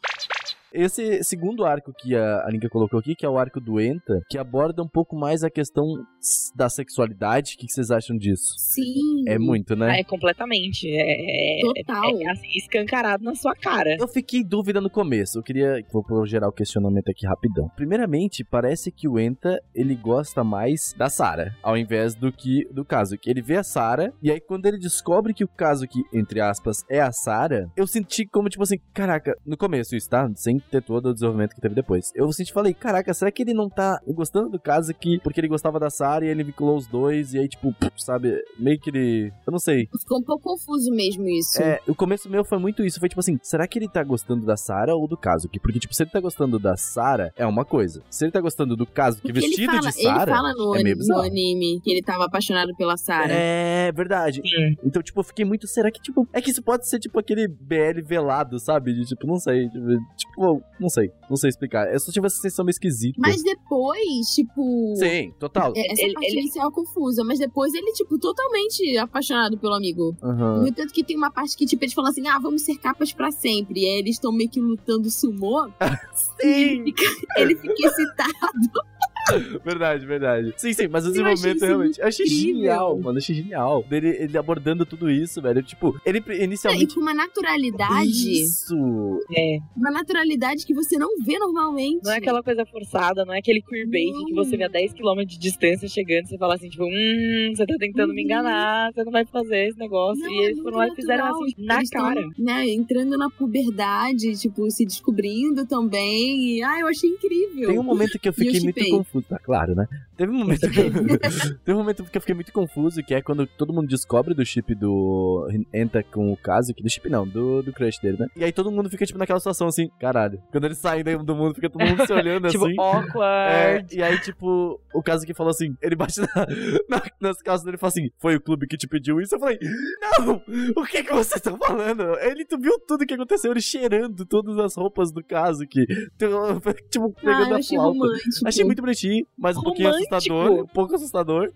S1: Esse segundo arco que a Aninka colocou aqui, que é o arco doenta, que aborda um pouco mais a questão s- da sexualidade. O que que vocês acham disso?
S2: Sim.
S1: É muito, né?
S3: Ah, é completamente. É, é-
S2: Total.
S3: é assim, escancarado na sua cara.
S1: Eu fiquei em dúvida no começo. Eu queria. Vou, vou gerar o questionamento aqui rapidão. Primeiramente, parece que o Enta ele gosta mais da Sara, ao invés do que do Kazuki. Ele vê a Sara, e aí quando ele descobre que o Kazuki, entre aspas, é a Sara, eu senti como tipo assim: caraca, no começo isso, tá? Sem ter todo o desenvolvimento que teve depois. Eu senti falei: caraca, será que ele não tá gostando do Kazuki porque ele gostava da Sara e ele vinculou os dois, e aí tipo, sabe? Meio que ele. Eu não sei.
S2: Ficou um pouco confuso mesmo isso.
S1: É, o começo meu foi muito isso. Foi tipo assim, será que ele tá gostando da Sarah ou do Kazuki? Porque, tipo, se ele tá gostando da Sarah, é uma coisa. Se ele tá gostando do Kazuki
S2: Porque ele
S1: vestido
S2: fala,
S1: de
S2: ele
S1: Sarah.
S2: fala no,
S1: é meio
S2: anime,
S1: bizarro.
S2: no anime que ele tava apaixonado pela Sarah.
S1: É verdade.
S3: Sim.
S1: Então, tipo, eu fiquei muito. Será que, tipo. É que isso pode ser, tipo, aquele BL velado, sabe? De, tipo, não sei. Tipo, tipo, não sei. Não sei explicar. Eu só tive essa sensação meio esquisita.
S2: Mas depois, tipo.
S1: Sim, total.
S2: é- Essa
S3: Ele-
S2: parte
S3: ele-
S2: inicial é confusa, mas depois ele, tipo, totalmente apaixonado pelo amigo.
S1: Aham.
S2: No entanto, que tem uma parte que, tipo, eles falam assim: ah, vamos ser capas pra sempre. E aí eles estão meio que lutando sumô.
S1: Sim! É.
S2: Ele fica excitado.
S1: Verdade, verdade. Sim, sim, mas o
S2: Eu achei
S1: desenvolvimento
S2: isso
S1: realmente. Eu achei
S2: incrível.
S1: genial, mano. Eu achei genial. Ele, ele abordando tudo isso, velho. Tipo, ele pri-
S2: E
S1: inicialmente.
S2: com uma naturalidade.
S1: Isso!
S3: É.
S2: Uma naturalidade que você não vê normalmente.
S3: Não é aquela coisa forçada, não é aquele queerbait que você vê a 10km de distância chegando e você fala assim, tipo, hum, você tá tentando me enganar, você não vai fazer esse negócio.
S2: Uhum. Não,
S3: e eles
S2: é
S3: foram
S2: muito
S3: lá e fizeram
S2: natural.
S3: assim, na
S2: Eles tão,
S3: cara.
S2: né, entrando na puberdade, tipo, se descobrindo também. E, ah, eu achei incrível.
S1: Tem um momento que eu
S2: E
S1: fiquei
S2: eu
S1: muito
S2: chipei.
S1: confuso. Tá claro, né? Teve um momento que eu... Teve um momento que eu fiquei muito confuso, que é quando todo mundo descobre do chip do. Entra com o caso Do chip não, do, do crush dele, né? E aí todo mundo fica, tipo, naquela situação assim, caralho. Quando eles saem daí do mundo, fica todo mundo se olhando
S3: Tipo,
S1: assim. É,
S3: awkward.
S1: e aí, tipo, o caso que falou assim, ele bate na, na- nas calças dele e fala assim, foi o clube que te pediu isso? Eu falei, não! O que que vocês estão falando? Ele, tu viu tudo que aconteceu, ele cheirando todas as roupas do caso que, tipo,
S2: ah,
S1: pegando
S2: eu
S1: a
S2: achei
S1: flauta.
S2: romântico.
S1: Achei muito bonitinho, mas um pouquinho
S3: Romântico.
S1: assustador. Um pouco assustador.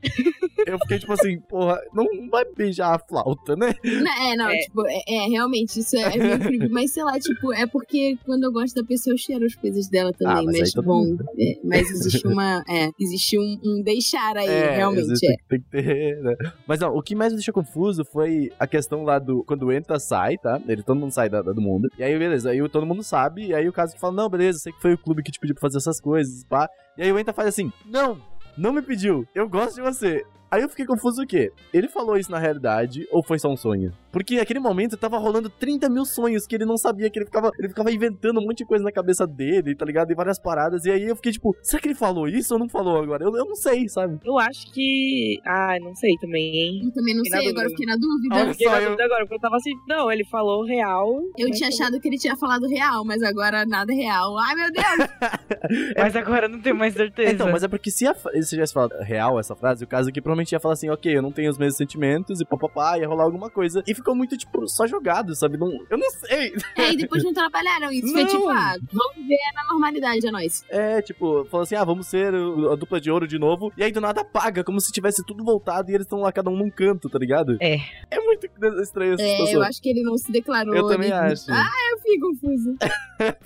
S1: Eu fiquei tipo assim, porra, não vai beijar a flauta, né?
S2: Não, É, não,
S3: É.
S2: tipo, é, é, realmente, isso é meio creepy. Mas sei lá, tipo, é porque quando eu gosto da pessoa, eu cheiro as coisas dela também.
S1: Ah, mas
S2: mas,
S1: aí todo
S2: bom,
S1: mundo.
S2: é, mas existe uma. É, existe um, um deixar aí, realmente.
S1: existe-
S2: é.
S1: Tem que ter, né? Mas não, o que mais me deixou confuso foi a questão lá do. Quando entra, sai, tá? Ele, todo mundo sai da- da- do mundo. E aí, beleza, aí todo mundo sabe. E aí o caso que fala: Não, beleza, sei que foi o clube que te pediu pra fazer essas coisas, pá. E aí o Enta faz assim: Não, não me pediu, eu gosto de você. Aí eu fiquei confuso o quê? Ele falou isso na realidade ou foi só um sonho? Porque naquele momento tava rolando 30 mil sonhos que ele não sabia, que ele ficava, ele ficava inventando um monte de coisa na cabeça dele, tá ligado? E várias paradas. E aí eu fiquei tipo, será que ele falou isso ou não falou agora? Eu, eu não sei, sabe?
S3: Eu acho que. Ah, não sei também, hein?
S2: Eu também não
S3: Fiquei na
S2: sei, agora eu
S3: dúvida.
S2: fiquei na dúvida.
S3: Eu
S1: Olha
S3: fiquei na
S1: só, eu-
S3: dúvida agora, porque eu tava assim, não, ele falou real. né,
S2: Eu tinha achado que ele tinha falado real, mas agora nada real. Ai, meu Deus!
S3: Mas agora eu não tenho mais certeza.
S1: Então, mas é porque se, a, fra- se tivesse falado real essa frase, o caso aqui provavelmente provavelmente ia falar assim, ok, eu não tenho os mesmos sentimentos e papapá, ia rolar alguma coisa. E ficou muito, tipo, só jogado, sabe? Não, eu não sei.
S2: É, e depois não trabalharam isso. Foi
S1: Não.
S2: tipo, ah, vamos ver na normalidade a nós.
S1: É, tipo, falou assim: ah, vamos ser o- a dupla de ouro de novo. E aí do nada apaga, como se tivesse tudo voltado e eles estão lá cada um num canto, tá ligado?
S3: É.
S1: É muito estranho essa
S2: É, eu
S1: situação.
S2: acho que ele não se declarou.
S1: Eu também
S2: ele-
S1: acho.
S2: Ah, eu fiquei confuso.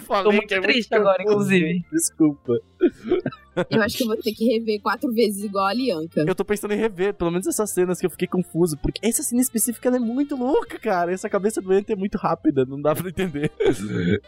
S1: Falei
S3: Tô muito
S1: que é
S3: triste agora,
S1: confuso.
S3: inclusive.
S1: Desculpa.
S2: Eu acho que eu vou ter que rever quatro vezes igual a Lianca.
S1: Eu tô pensando em rever, pelo menos essas cenas que eu fiquei confuso. Porque essa cena específica ela é muito louca, cara. Essa cabeça doente é muito rápida, não dá pra entender.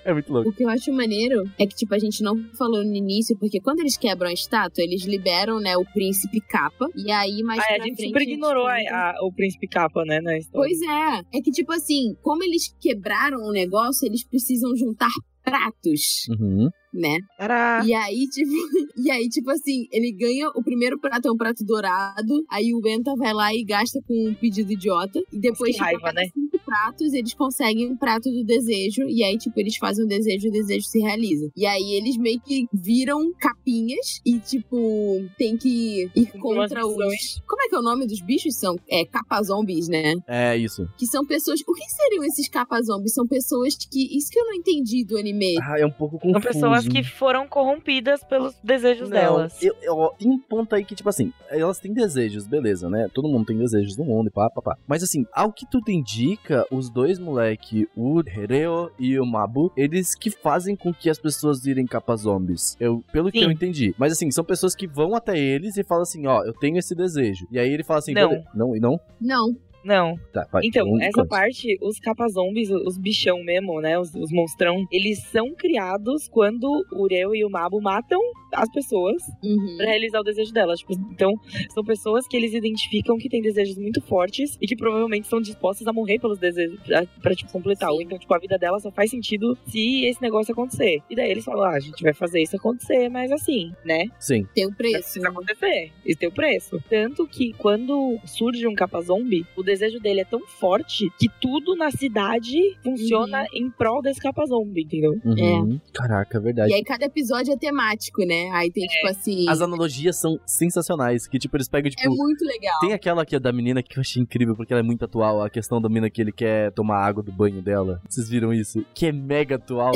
S1: é muito louco.
S2: O que eu acho maneiro é que, tipo, a gente não falou no início, porque quando eles quebram a estátua, eles liberam, né, o príncipe capa. E aí, mais
S3: Ah,
S2: pra
S3: a gente
S2: frente,
S3: super ignorou a-
S2: eles contam-
S3: a- o príncipe capa, né? Na história.
S2: Pois é. É que, tipo assim, como eles quebraram o negócio, eles precisam juntar pratos,
S1: Uhum.
S2: né?
S3: Caraca.
S2: E aí, tipo, e aí, tipo assim, ele ganha o primeiro prato, é um prato dourado. Aí o Benta vai lá e gasta com um pedido idiota. E depois,
S3: Que
S2: tipo,
S3: raiva,
S2: a cada
S3: né?
S2: cinco pratos, eles conseguem um prato do desejo. E aí, tipo, eles fazem um desejo e o desejo se realiza. E aí eles meio que viram capinhas e, tipo, tem que ir contra os. Como é que é o nome dos bichos? São é, capa zombies, né?
S1: É isso.
S2: Que são pessoas. O que seriam esses capa zombies? São pessoas que. Isso que eu não entendi do anime.
S1: Ah, é um pouco confuso.
S3: São pessoas Então, que foram corrompidas pelos desejos
S1: Não,
S3: delas.
S1: Eu, eu- ó, tem um ponto aí que, tipo assim, elas têm desejos, beleza, né? Todo mundo tem desejos no mundo e pá, pá, pá. Mas assim, ao que tudo indica, os dois moleque, o Hereo e o Mabu, eles que fazem com que as pessoas virem capas zombies. Eu, pelo que
S3: Sim.
S1: eu entendi. Mas assim, são pessoas que vão até eles e falam assim, ó, eu tenho esse desejo. E aí ele fala assim,
S3: Não.
S1: "Bele- não, e não?
S2: Não.
S3: Não.
S1: Tá, vai.
S3: Então,
S1: um,
S3: essa
S1: conte.
S3: parte, os capazombies, os bichão mesmo, né? Os, os monstrão, eles são criados quando o Ureu e o Mabo matam as pessoas
S2: Uhum.
S3: pra realizar o desejo delas. Tipo, então, são pessoas que eles identificam que têm desejos muito fortes e que provavelmente são dispostas a morrer pelos desejos pra, pra, tipo, completar. Ou então, tipo, a vida dela só faz sentido se esse negócio acontecer. E daí eles falam, ah, a gente vai fazer isso acontecer, mas assim, né?
S1: Sim.
S2: Tem o preço.
S3: Precisa acontecer. Isso tem o preço. Tanto que quando surge um capa zombie, o desejo dele é tão forte que tudo na cidade funciona em prol desse capa zombie, entendeu?
S1: Uhum. Caraca, é verdade.
S2: E aí cada episódio é temático, né? Aí tem, tipo assim.
S1: As analogias são sensacionais, que tipo, eles pegam, tipo,
S2: É muito legal.
S1: Tem aquela que é da menina que eu achei incrível, porque ela é muito atual. A questão da menina que ele quer tomar água do banho dela. Vocês viram isso? Que é mega atual.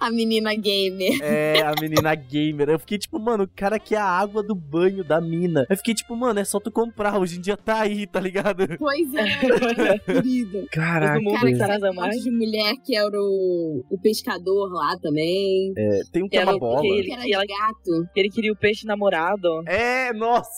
S2: A menina gamer.
S1: é, a menina gamer. Eu fiquei tipo, mano, o cara quer a água do banho da mina. Eu fiquei tipo, mano, é só tu comprar. Hoje em dia tá aí, tá ligado?
S2: Pois é, querido.
S1: Caraca.
S3: Todo mundo
S2: Cara, que
S3: Sarazamai.
S2: sabe um monte de mulher que era o, o pescador lá também.
S1: É, tem um que é
S3: Era
S1: uma
S3: o
S1: bola.
S3: que-
S2: Que era
S3: e
S2: de
S3: ela-
S2: gato.
S3: Ele queria o peixe namorado.
S1: É, nossa.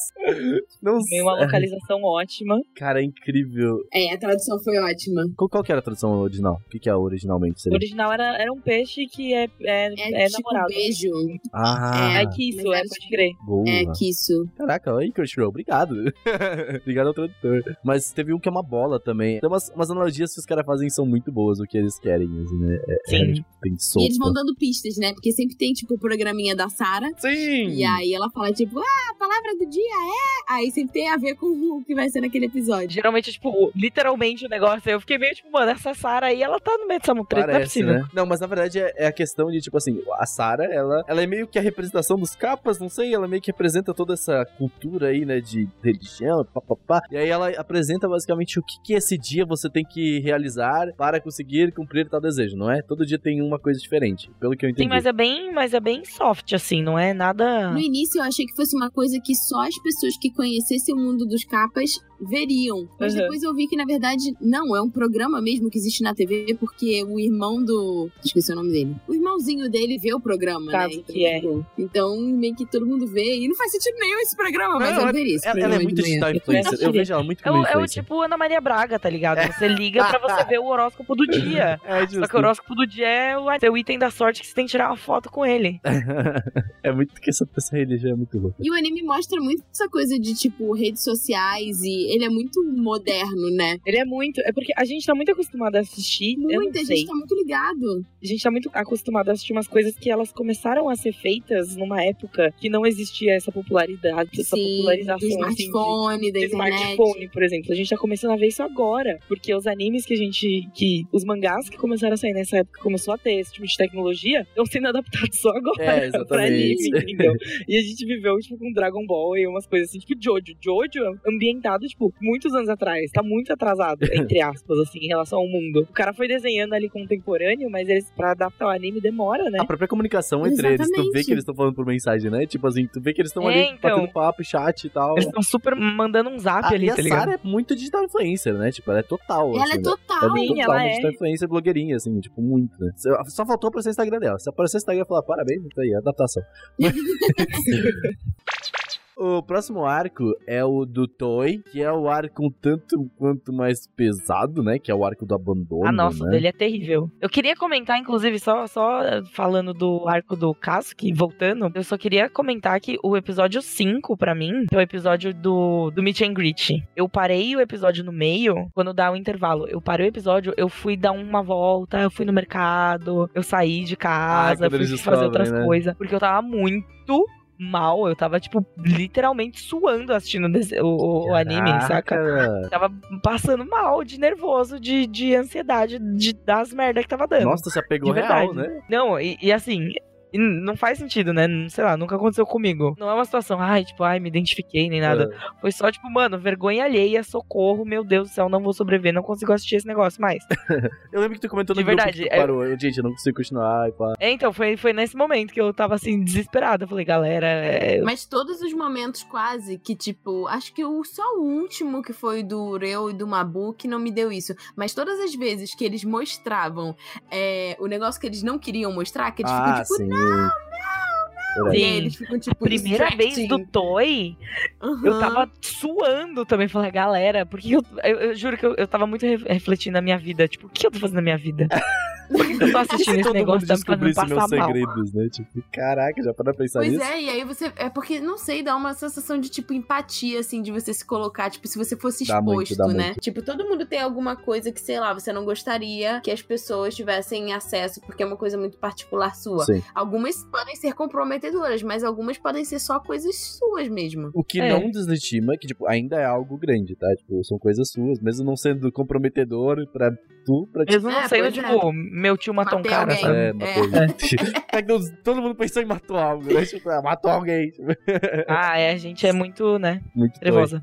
S1: Não
S3: Tem
S1: sei.
S3: uma localização ótima.
S1: Cara, é incrível.
S2: É, a tradução foi ótima.
S1: Qual, qual que era a tradução original? O que, que é originalmente?
S3: O
S1: Seria?
S3: original era, era um peixe que é, é,
S2: É,
S3: é
S2: tipo
S3: namorado.
S2: beijo.
S1: Ah,
S3: É que isso,
S2: Mas
S3: é,
S2: era
S3: pode
S2: tipo-
S3: crer.
S1: boa.
S2: É, que isso.
S1: Caraca, olha aí, Crunchyroll, obrigado. obrigado ao tradutor. Mas teve um que é uma bola também. Então, umas, umas analogias que os caras fazem são muito boas, o que eles querem, assim, né? É,
S3: Sim.
S1: é, tipo, tem
S2: E
S1: sopa.
S2: eles vão dando pistas, né? Porque sempre tem, tipo, o programinha da Sarah.
S1: Sim!
S2: E aí ela fala, tipo, ah, a palavra do dia é. Aí sempre tem a ver com o que vai ser naquele episódio.
S3: Geralmente, tipo, literalmente o negócio. Eu fiquei meio tipo, mano, essa Sara aí, ela tá no meio dessa mutreta. Não é
S1: Parece,
S3: possível.
S1: né? Não, mas na verdade é, é a questão de, tipo assim, a Sarah, ela, ela é meio que a representação dos capas, não sei, ela meio que representa toda essa cultura aí, né, de religião, papapá. E aí ela apresenta basicamente o que, que esse dia você tem que realizar para conseguir cumprir tal desejo, não é? Todo dia tem uma coisa diferente, pelo que eu entendi.
S3: Sim, mas é bem, mas é bem soft, assim, não é nada.
S2: No início eu achei que fosse uma coisa que só as pessoas que conhecessem o mundo dos capas veriam. Mas
S3: Uhum.
S2: depois eu vi que, na verdade, não, é um programa mesmo que existe na TV, porque o irmão do. Esqueci o nome dele. O irmãozinho dele vê o programa, né?
S3: Caso
S2: Então,
S3: que é.
S2: tipo, então, meio que todo mundo vê. E não faz sentido nenhum esse programa, mas
S1: Não,
S2: eu veria esse
S1: Ela, ela
S2: programa
S1: é muito
S2: de manhã.
S1: digital influencer. Eu
S3: Eu
S1: vejo ela muito
S3: É
S1: como
S3: o, é o
S1: influencer.
S3: tipo Ana Maria Braga, tá ligado? Você liga pra você ver o horóscopo do dia.
S1: É,
S3: Só que o horóscopo do dia é o seu item da sorte que você tem que tirar uma foto com ele.
S1: é muito que essa, essa religião é muito louca.
S2: E o anime mostra muito essa coisa de, tipo, redes sociais e ele é muito moderno, né?
S3: Ele é muito. É porque a gente tá muito acostumado a assistir. eu não
S2: Muita
S3: sei.
S2: gente tá muito ligado.
S3: A gente tá muito acostumado acabado de assistir umas coisas que elas começaram a ser feitas numa época que não existia essa popularidade, essa
S2: Sim, do
S3: popularização assim, de-
S2: smartphone, da
S3: de
S2: internet.
S3: smartphone, por exemplo. A gente tá começando a ver isso agora. Porque os animes que a gente. que Os mangás que começaram a sair nessa época começou a ter esse tipo de tecnologia, estão sendo adaptados só agora
S1: É,
S3: pra anime,
S1: exatamente.
S3: entendeu? E a gente viveu, tipo, com Dragon Ball e umas coisas assim, tipo Jojo. Jojo é ambientado, tipo, muitos anos atrás. Tá muito atrasado, entre aspas, assim, em relação ao mundo. O cara foi desenhando ali contemporâneo, mas eles, pra adaptar o anime, demora, né?
S1: A própria comunicação entre eles, tu vê
S2: Exatamente.
S1: que eles estão falando por mensagem, né? Tipo assim, tu vê que eles estão
S3: É,
S1: ali
S3: então.
S1: batendo papo, chat e tal.
S3: Eles estão super mandando um zap
S1: Ah,
S3: ali,
S1: e a
S3: tá ligado?
S1: Sarah é muito digital influencer, né? Tipo, ela é total.
S2: Ela
S1: assim,
S2: é
S1: né?
S2: total.
S1: Ela é
S3: Sim,
S1: total
S3: ela
S1: uma
S3: é.
S1: digital influencer blogueirinha, assim, tipo, muito, né? Só- Só faltou aparecer o Instagram dela. Se aparecer o Instagram e falar, parabéns, isso aí, é adaptação. O próximo arco é o do Toy, que é o arco um tanto quanto mais pesado, né? Que é o arco do abandono,
S3: Ah, nossa,
S1: né?
S3: dele é terrível. Eu queria comentar, inclusive, só, só eh, falando do arco do Kasuki, voltando, eu só queria comentar que o episódio 5, pra mim, que é o episódio do, do Meet and Greet. Eu parei o episódio no meio, quando dá o intervalo. Eu parei o episódio, eu fui dar uma volta, eu fui no mercado, eu saí de casa,
S1: quando
S3: fui
S1: eles
S3: fazer
S1: descobrem,
S3: outras
S1: né?
S3: coisas. Porque eu tava muito mal, eu tava, tipo, literalmente suando assistindo desse- o- é o- o anime, saca?
S1: Caraca.
S3: Tava passando mal de nervoso, de, de ansiedade, de, das merda que tava dando.
S1: Nossa, se apegou
S3: De
S1: real,
S3: verdade.
S1: né?
S3: Não, e, e assim. e Não faz sentido, né? Não Sei lá, nunca aconteceu comigo. Não é uma situação, ai, tipo, ai, me identifiquei nem nada.
S1: É.
S3: Foi só, tipo, mano, vergonha alheia, socorro, meu Deus do céu, não vou sobreviver, não consigo assistir esse negócio mais.
S1: Eu lembro que tu comentou no
S3: De
S1: grupo
S3: verdade,
S1: que tu
S3: é-
S1: parou. Eu, Gente, eu não consigo continuar. e pá.
S3: É, então, foi, foi nesse momento que eu tava assim, desesperada. Eu Falei, galera, é,
S2: Mas todos os momentos quase que, tipo, acho que o, só o último que foi do Ureu e do Mabu que não me deu isso. Mas todas as vezes que eles mostravam é, o negócio que eles não queriam mostrar, que eles ficam tipo,
S1: Ah, sim. não, não,
S2: e
S3: Sim.
S2: aí eles ficam tipo.
S3: assim, primeira vez do
S2: distracting.
S3: Toy, Eu
S2: Aham.
S3: tava suando também. Falei, galera, por que eu. Eu, eu juro que eu, eu tava muito re- refletindo na minha vida. Tipo, o que eu tô fazendo na minha vida? Por que que eu tô assistindo esse
S1: todo mundo
S3: negócio tá me fazendo
S1: descobrisse meus
S3: passar mal?
S1: segredos, né? Tipo, caraca, já para pensar
S2: Pois
S1: nisso?
S2: é, e aí você. É porque, não sei, dá uma sensação de, tipo, empatia, assim, de você se colocar, tipo, se você fosse
S1: Dá
S2: exposto,
S1: muito, dá
S2: né?
S1: muito.
S2: Tipo, todo mundo tem alguma coisa que, sei lá, você não gostaria que as pessoas tivessem acesso, porque é uma coisa muito particular sua.
S1: Sim.
S2: Algumas podem ser comprometedoras, mas algumas podem ser só coisas suas mesmo.
S1: O que
S3: É.
S1: não deslegitima, que, tipo, ainda é algo grande, tá? Tipo, são coisas suas, mesmo não sendo comprometedor pra tu, pra ti.
S3: Mesmo não
S2: É,
S3: sendo,
S2: pois é.
S3: tipo, meu tio matou um
S2: Matei
S3: cara,
S2: alguém.
S3: sabe?
S1: É, matou. É. que todo- todo mundo pensou em matou algo, né? Tipo, ah, matou alguém. Tipo,
S3: Ah, é, a gente é muito, né,
S1: muito doido.
S3: trevosa.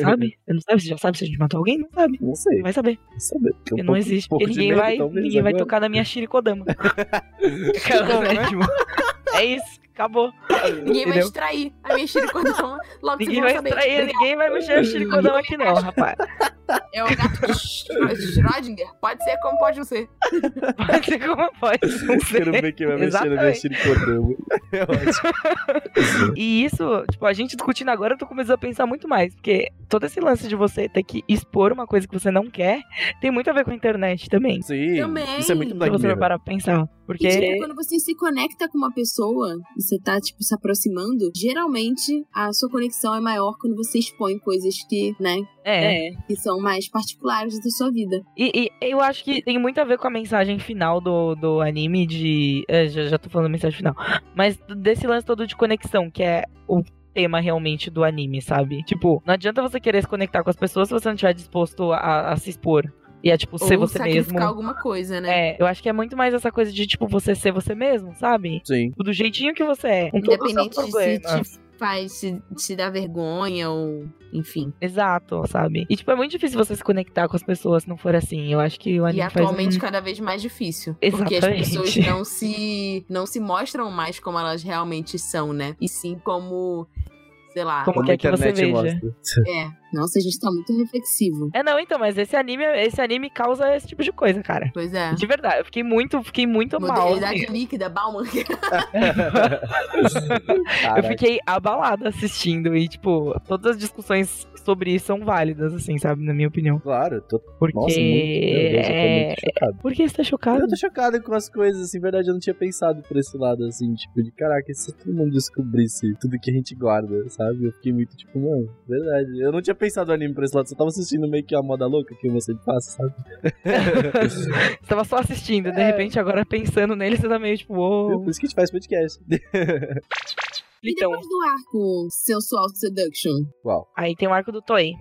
S3: Sabe? Eu não sabe, você já sabe se a gente matou alguém? Não sabe.
S1: Não sei,
S3: Não vai saber.
S1: não saber. Tem um
S3: Porque não
S1: pouco-
S3: existe.
S1: um pouco
S3: Porque
S1: de
S3: ninguém
S1: medo,
S3: vai,
S1: talvez,
S3: ninguém vai
S1: agora.
S3: tocar na minha Shirikodama. Cara, né, tipo, É isso, acabou.
S2: Ninguém vai
S3: Entendeu?
S2: distrair a minha xiricodoma. Logo
S3: Ninguém
S2: vocês vão
S3: vai
S2: saber.
S3: extrair, ninguém vai mexer o Shirikodama aqui, não, rapaz.
S2: É o gato de Schrö- Schrödinger. Pode ser como pode não ser.
S3: Pode ser como pode. Não sei.
S1: Quero ver quem vai mexer na minha
S3: Exatamente.
S1: xiricodama. É ótimo.
S3: E isso, tipo, a gente discutindo agora, eu tô começando a pensar muito mais. Porque todo esse lance de você ter que expor uma coisa que você não quer tem muito a ver com a internet também.
S1: Sim,
S2: Também.
S1: isso é muito
S3: Se
S1: Black
S3: você
S1: Mirror.
S3: for parar pra pensar. Porque.
S2: E, tipo, quando você se conecta com uma pessoa, você tá, tipo, se aproximando, geralmente a sua conexão é maior quando você expõe coisas que, né,
S3: É.
S2: que são mais particulares da sua vida.
S3: E, e eu acho que tem muito a ver com a mensagem final do, do anime de. é, já, já tô falando mensagem final. Mas desse lance todo de conexão, que é o tema realmente do anime, sabe? Tipo, não adianta você querer se conectar com as pessoas se você não estiver disposto a, a se expor. E a, tipo, ser
S2: Ou
S3: você
S2: sacrificar
S3: mesmo.
S2: alguma coisa, né?
S3: É, eu acho que é muito mais essa coisa de, tipo, você ser você mesmo, sabe? Tipo,
S1: Sim.
S3: Do jeitinho que você é. Com todo o seu
S2: Independente de se
S3: problema.
S2: te faz, se, se dá vergonha ou, enfim.
S3: Exato, sabe? E, tipo, é muito difícil você se conectar com as pessoas se não for assim. Eu acho que o
S2: E
S3: anime faz
S2: atualmente
S3: um...
S2: cada vez mais difícil. Porque as
S3: Exatamente.
S2: pessoas não se, não se mostram mais como elas realmente são, né? E sim como, sei lá.
S3: Como
S1: Como
S3: quer
S1: a
S3: que você
S1: internet
S3: veja.
S1: mostra.
S2: É. Nossa, a gente tá muito reflexivo.
S3: É, não, então, mas esse anime, esse anime causa esse tipo de coisa, cara.
S2: Pois é.
S3: De verdade, eu fiquei muito, fiquei muito mal.
S2: Modernidade
S3: assim.
S2: líquida, Bauman.
S3: Eu
S1: Caraca.
S3: fiquei abalada assistindo e, tipo, todas as discussões sobre isso são válidas, assim, sabe? Na minha opinião.
S1: Claro, tô...
S3: Porque.
S1: nossa, muito... Meu Deus, eu tô
S3: é...
S1: muito chocado.
S3: Por que você tá chocado?
S1: Eu tô chocado com as coisas, assim, verdade, eu não tinha pensado por esse lado, assim, tipo, de caraca, e se todo mundo descobrisse tudo que a gente guarda, sabe? Eu fiquei muito tipo, mano, verdade, eu não tinha pensado no anime pra esse lado, só tava assistindo meio que a moda louca que você passa, sabe?
S3: Você tava só assistindo,
S1: É.
S3: de repente agora pensando nele, você tá meio tipo, uou.
S1: Por isso que a gente faz podcast.
S3: É,
S8: E
S3: Então,
S8: depois do arco Sensual Seduction?
S3: aí tem o arco do Toei,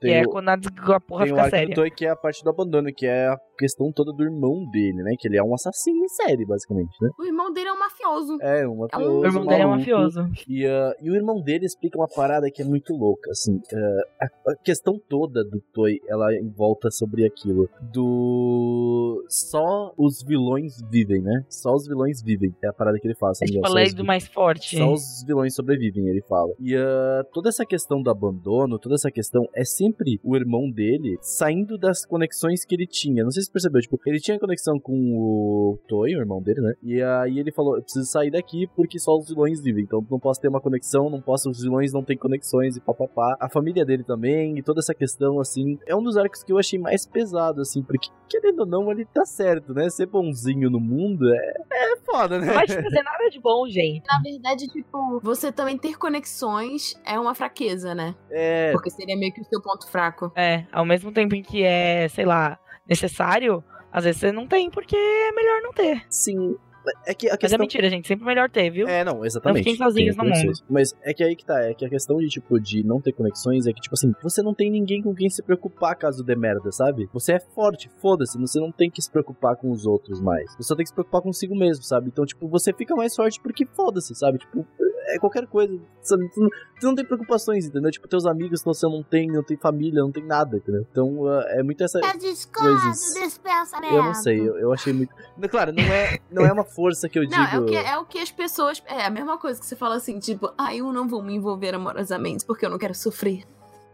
S3: que
S1: Tem
S3: é
S1: o-
S3: quando a des- a porra
S1: tem o
S3: fica
S1: arco
S3: séria.
S1: do Toy, que é a parte do abandono, que é a questão toda do irmão dele, né? Que ele é um assassino em série, basicamente, né?
S2: O irmão dele é um mafioso.
S1: É, um mafioso.
S3: O irmão dele é um
S1: maluco.
S3: mafioso.
S1: E, ah, e o irmão dele explica uma parada que é muito louca, assim. ah, a, a questão toda do Toy, ela volta sobre aquilo. Do. Só os vilões vivem, né? Só os vilões vivem. É a parada que ele fala,
S3: É
S1: sabe?
S3: tipo a
S1: Só
S3: lei
S1: os
S3: do mais forte.
S1: Só os vilões sobrevivem, ele fala. E ah, toda essa questão do abandono, toda essa questão é sempre o irmão dele saindo das conexões que ele tinha. Não sei se você percebeu, tipo, ele tinha conexão com o Toy, o irmão dele, né? E aí ele falou: eu preciso sair daqui porque só os vilões vivem. Então não posso ter uma conexão, não posso, os vilões não têm conexões e papapá. A família dele também, e toda essa questão, assim, é um dos arcos que eu achei mais pesado, assim, porque querendo ou não, ele tá certo, né? Ser bonzinho no mundo é, é foda, né?
S3: Não vai te fazer nada de bom, gente.
S2: Na verdade, tipo, você também ter conexões é uma fraqueza, né?
S1: É,
S2: Porque seria meio que o seu ponto fraco.
S3: É, ao mesmo tempo em que é, sei lá, necessário, às vezes você não tem porque é melhor não ter.
S1: Sim. É que a
S3: Mas é
S1: questão.
S3: mentira, gente. Sempre melhor ter, viu?
S1: É, não, exatamente.
S3: Não fiquem sozinhos
S1: Tem
S3: no
S1: conexões. Mas é que aí que tá, é que a questão de, tipo, de não ter conexões é que, tipo assim, você não tem ninguém com quem se preocupar caso dê merda, sabe? Você é forte, foda-se, você não tem que se preocupar com os outros mais. Você só tem que se preocupar consigo mesmo, sabe? Então, tipo, você fica mais forte porque foda-se, sabe? Tipo, é qualquer coisa, sabe? Tu não, tu não tem preocupações, entendeu? Tipo, teus amigos, você não tem, não tem família, não tem nada, entendeu? Então, ah, é muito essa...
S2: Eu discordo
S1: Coisas.
S2: desse pensamento.
S1: Eu não sei, eu, eu achei muito... Claro, não é, não é uma força que eu digo...
S2: Não, é o, que, é o que as pessoas. É a mesma coisa que você fala assim, tipo, ah, eu não vou me envolver amorosamente porque eu não quero sofrer.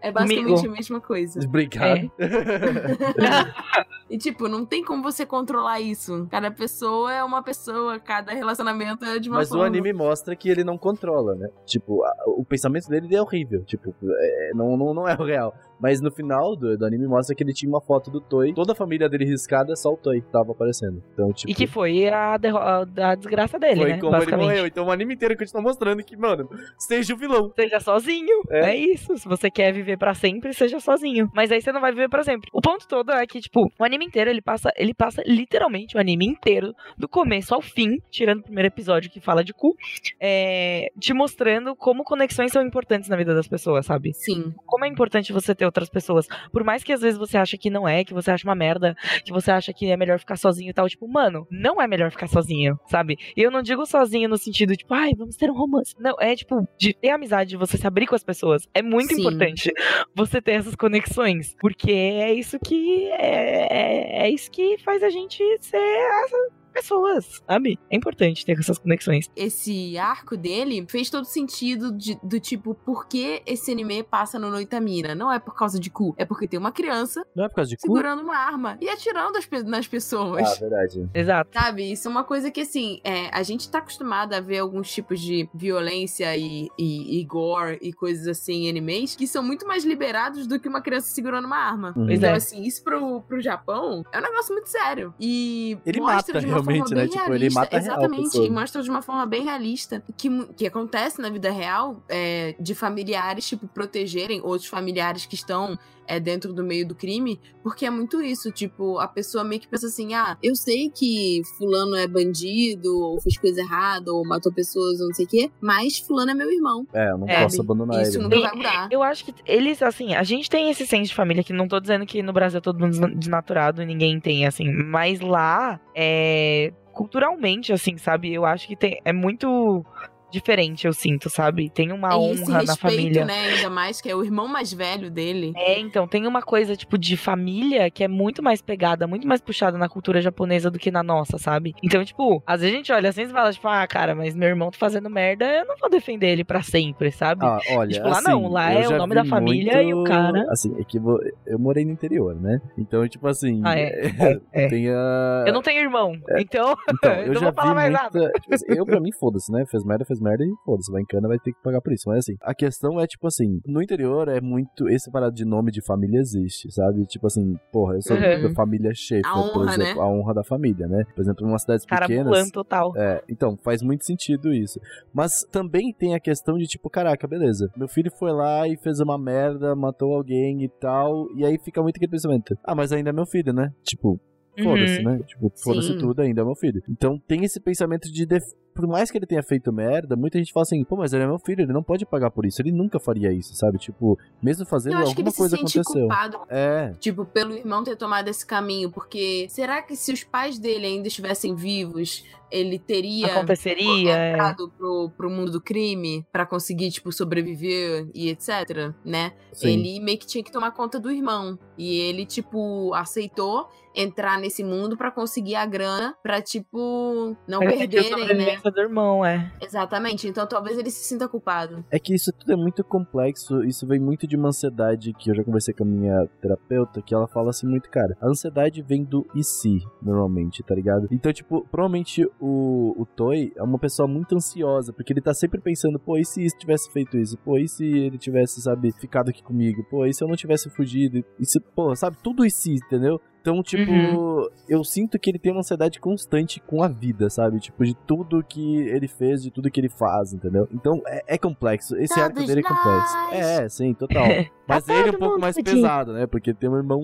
S2: É basicamente
S3: Amigo.
S2: a mesma coisa.
S1: Obrigado.
S3: É.
S2: E, tipo, não tem como você controlar isso. Cada pessoa é uma pessoa, cada relacionamento é de uma
S1: Mas o
S2: forma.
S1: anime mostra que ele não controla, né? Tipo, a- o pensamento dele é horrível. Tipo, é- não, não, não é o real. Mas no final do, do anime mostra que ele tinha uma foto do Toy. Toda a família dele riscada, só o Toy que tava aparecendo. Então, tipo.
S3: E que foi a, derro- a- a desgraça dele,
S1: foi
S3: né?
S1: como ele
S3: basicamente.
S1: morreu. Então o anime inteiro continua mostrando que, mano, seja o vilão.
S3: Seja sozinho.
S1: É.
S3: É. isso. Se você quer viver pra sempre, seja sozinho. Mas aí você não vai viver pra sempre. O ponto todo é que, tipo, o anime inteiro, ele passa, ele passa literalmente o anime inteiro, do começo ao fim, tirando o primeiro episódio que fala de cu, é, te mostrando como conexões são importantes na vida das pessoas, sabe?
S2: Sim.
S3: Como é importante você ter outras pessoas. Por mais que às vezes você acha que não é, que você acha uma merda, que você acha que é melhor ficar sozinho e tal. Tipo, mano, não é melhor ficar sozinho, sabe? E eu não digo sozinho no sentido, tipo, ai, vamos ter um romance. Não, é tipo, de ter amizade, de você se abrir com as pessoas. É muito
S2: Sim.
S3: importante você ter essas conexões. Porque é isso que. É, é, é isso que faz a gente ser as pessoas, sabe? É importante ter essas conexões.
S2: Esse arco dele fez todo sentido de- do tipo, por que esse anime passa no Noitamina? Não é por causa de cu, é porque tem uma criança
S1: Não é por causa de cu?
S2: segurando uma arma e atirando as pe- nas pessoas.
S1: Ah, verdade.
S3: Exato.
S2: Sabe, isso é uma coisa que, assim, é, a gente tá acostumado a ver alguns tipos de violência e, e, e gore e coisas assim em animes que são muito mais liberados do que uma criança segurando uma arma.
S1: Uhum.
S3: Pois
S2: Então,
S3: é.
S2: assim, isso pro, pro Japão é um negócio muito sério. E
S1: Ele
S2: mostra
S1: mata
S2: de uma forma
S1: realmente, né?
S2: bem
S1: Tipo, ele
S2: realista,
S1: mata real a
S2: Exatamente,
S1: pessoa.
S2: e mostra de uma forma bem realista que, mu- que acontece na vida real é, de familiares, tipo, protegerem outros familiares que estão é, dentro do meio do crime porque é muito isso, tipo, a pessoa meio que pensa assim, ah, eu sei que fulano é bandido, ou fez coisa errada, ou matou pessoas, ou não sei o quê, mas fulano é meu irmão.
S1: É, eu não
S3: É,
S1: posso abandonar ele.
S2: isso
S1: né?
S2: nunca
S3: Bem,
S2: vai mudar.
S3: Eu acho que eles, assim, a gente tem esse senso de família, que não tô dizendo que no Brasil é todo mundo desna- desnaturado, ninguém tem, assim, mas lá, é, culturalmente, assim, sabe? Eu acho que tem, é muito diferente, eu sinto, sabe? Tem uma
S2: E esse
S3: honra na
S2: respeito,
S3: família.
S2: né, ainda mais, que é o irmão mais velho dele.
S3: É, então, tem uma coisa, tipo, de família que é muito mais pegada, muito mais puxada na cultura japonesa do que na nossa, sabe? Então, tipo, às vezes a gente olha assim e fala, tipo, ah, cara, mas meu irmão tá fazendo merda, eu não vou defender ele pra sempre, sabe?
S1: Ah, olha,
S3: Tipo, lá não,
S1: assim,
S3: lá
S1: eu
S3: é o
S1: já
S3: nome
S1: vi
S3: da família
S1: muito-
S3: e o cara-
S1: Assim, é que vo- eu morei no interior, né? Então, tipo assim,
S3: Ah, é, é.
S1: tem a...
S3: Eu não tenho irmão, então
S1: Então,
S3: Eu
S1: eu
S3: não
S1: já
S3: vou falar
S1: vi tipo assim,
S3: mais
S1: muita... Eu, pra mim, foda-se, né? Fez merda, fez merda e foda-se, vai em cana, vai ter que pagar por isso. Mas assim, a questão é tipo assim, no interior é muito. Esse parado de nome de família existe, sabe? Tipo assim, porra, eu sou
S3: Uhum.
S1: da família Schaefer,
S2: A honra,
S1: por exemplo, a honra da família, né? Por exemplo, em umas cidades
S3: Cara,
S1: pequenas.
S3: pulando total.
S1: É, então, faz muito sentido isso. Mas também tem a questão de tipo, caraca, beleza, meu filho foi lá e fez uma merda, matou alguém e tal, e aí fica muito aquele pensamento, ah, mas ainda é meu filho, né? Tipo, foda-se, né? Tipo, foda-se
S2: Uhum. Sim.
S1: tudo, ainda é meu filho. Então tem esse pensamento de def- por mais que ele tenha feito merda, muita gente fala assim, pô, mas ele é meu filho, ele não pode pagar por isso, ele nunca faria isso, sabe? Tipo, mesmo fazendo
S2: Eu acho que ele
S1: alguma
S2: se
S1: coisa
S2: sente
S1: aconteceu.
S2: culpado
S1: É,
S2: Tipo, pelo irmão ter tomado esse caminho, porque será que se os pais dele ainda estivessem vivos, ele teria
S3: Aconteceria. é.
S2: voltado pro, pro mundo do crime pra conseguir, tipo, sobreviver e etc, né?
S1: sim.
S2: Ele meio que tinha que tomar conta do irmão. E ele, tipo, aceitou entrar nesse mundo pra conseguir a grana pra, tipo, não
S3: Garantir é a
S2: perderem, né?
S3: sobrevivência do irmão, é.
S2: Exatamente. Então talvez ele se sinta culpado.
S1: É que isso tudo é muito complexo, isso vem muito de uma ansiedade que eu já conversei com a minha terapeuta, que ela fala assim muito, cara, a ansiedade vem do e se, normalmente, tá ligado? Então, tipo, provavelmente o, o Toy é uma pessoa muito ansiosa, porque ele tá sempre pensando, pô, e se isso tivesse feito isso? Pô, e se ele tivesse, sabe, ficado aqui comigo? Pô, e se eu não tivesse fugido? E se, pô, sabe, tudo e se, entendeu? Então, tipo,
S3: Uhum.
S1: eu sinto que ele tem uma ansiedade constante com a vida, sabe? Tipo, de tudo que ele fez, de tudo que ele faz, entendeu? Então, é, é complexo. Esse
S2: Todos
S1: arco dele é complexo.
S2: nós.
S1: É, sim, total. Mas
S3: Tá
S1: ele é um
S3: todo
S1: pouco
S3: mundo
S1: mais
S3: fudido.
S1: pesado, né? Porque tem um irmão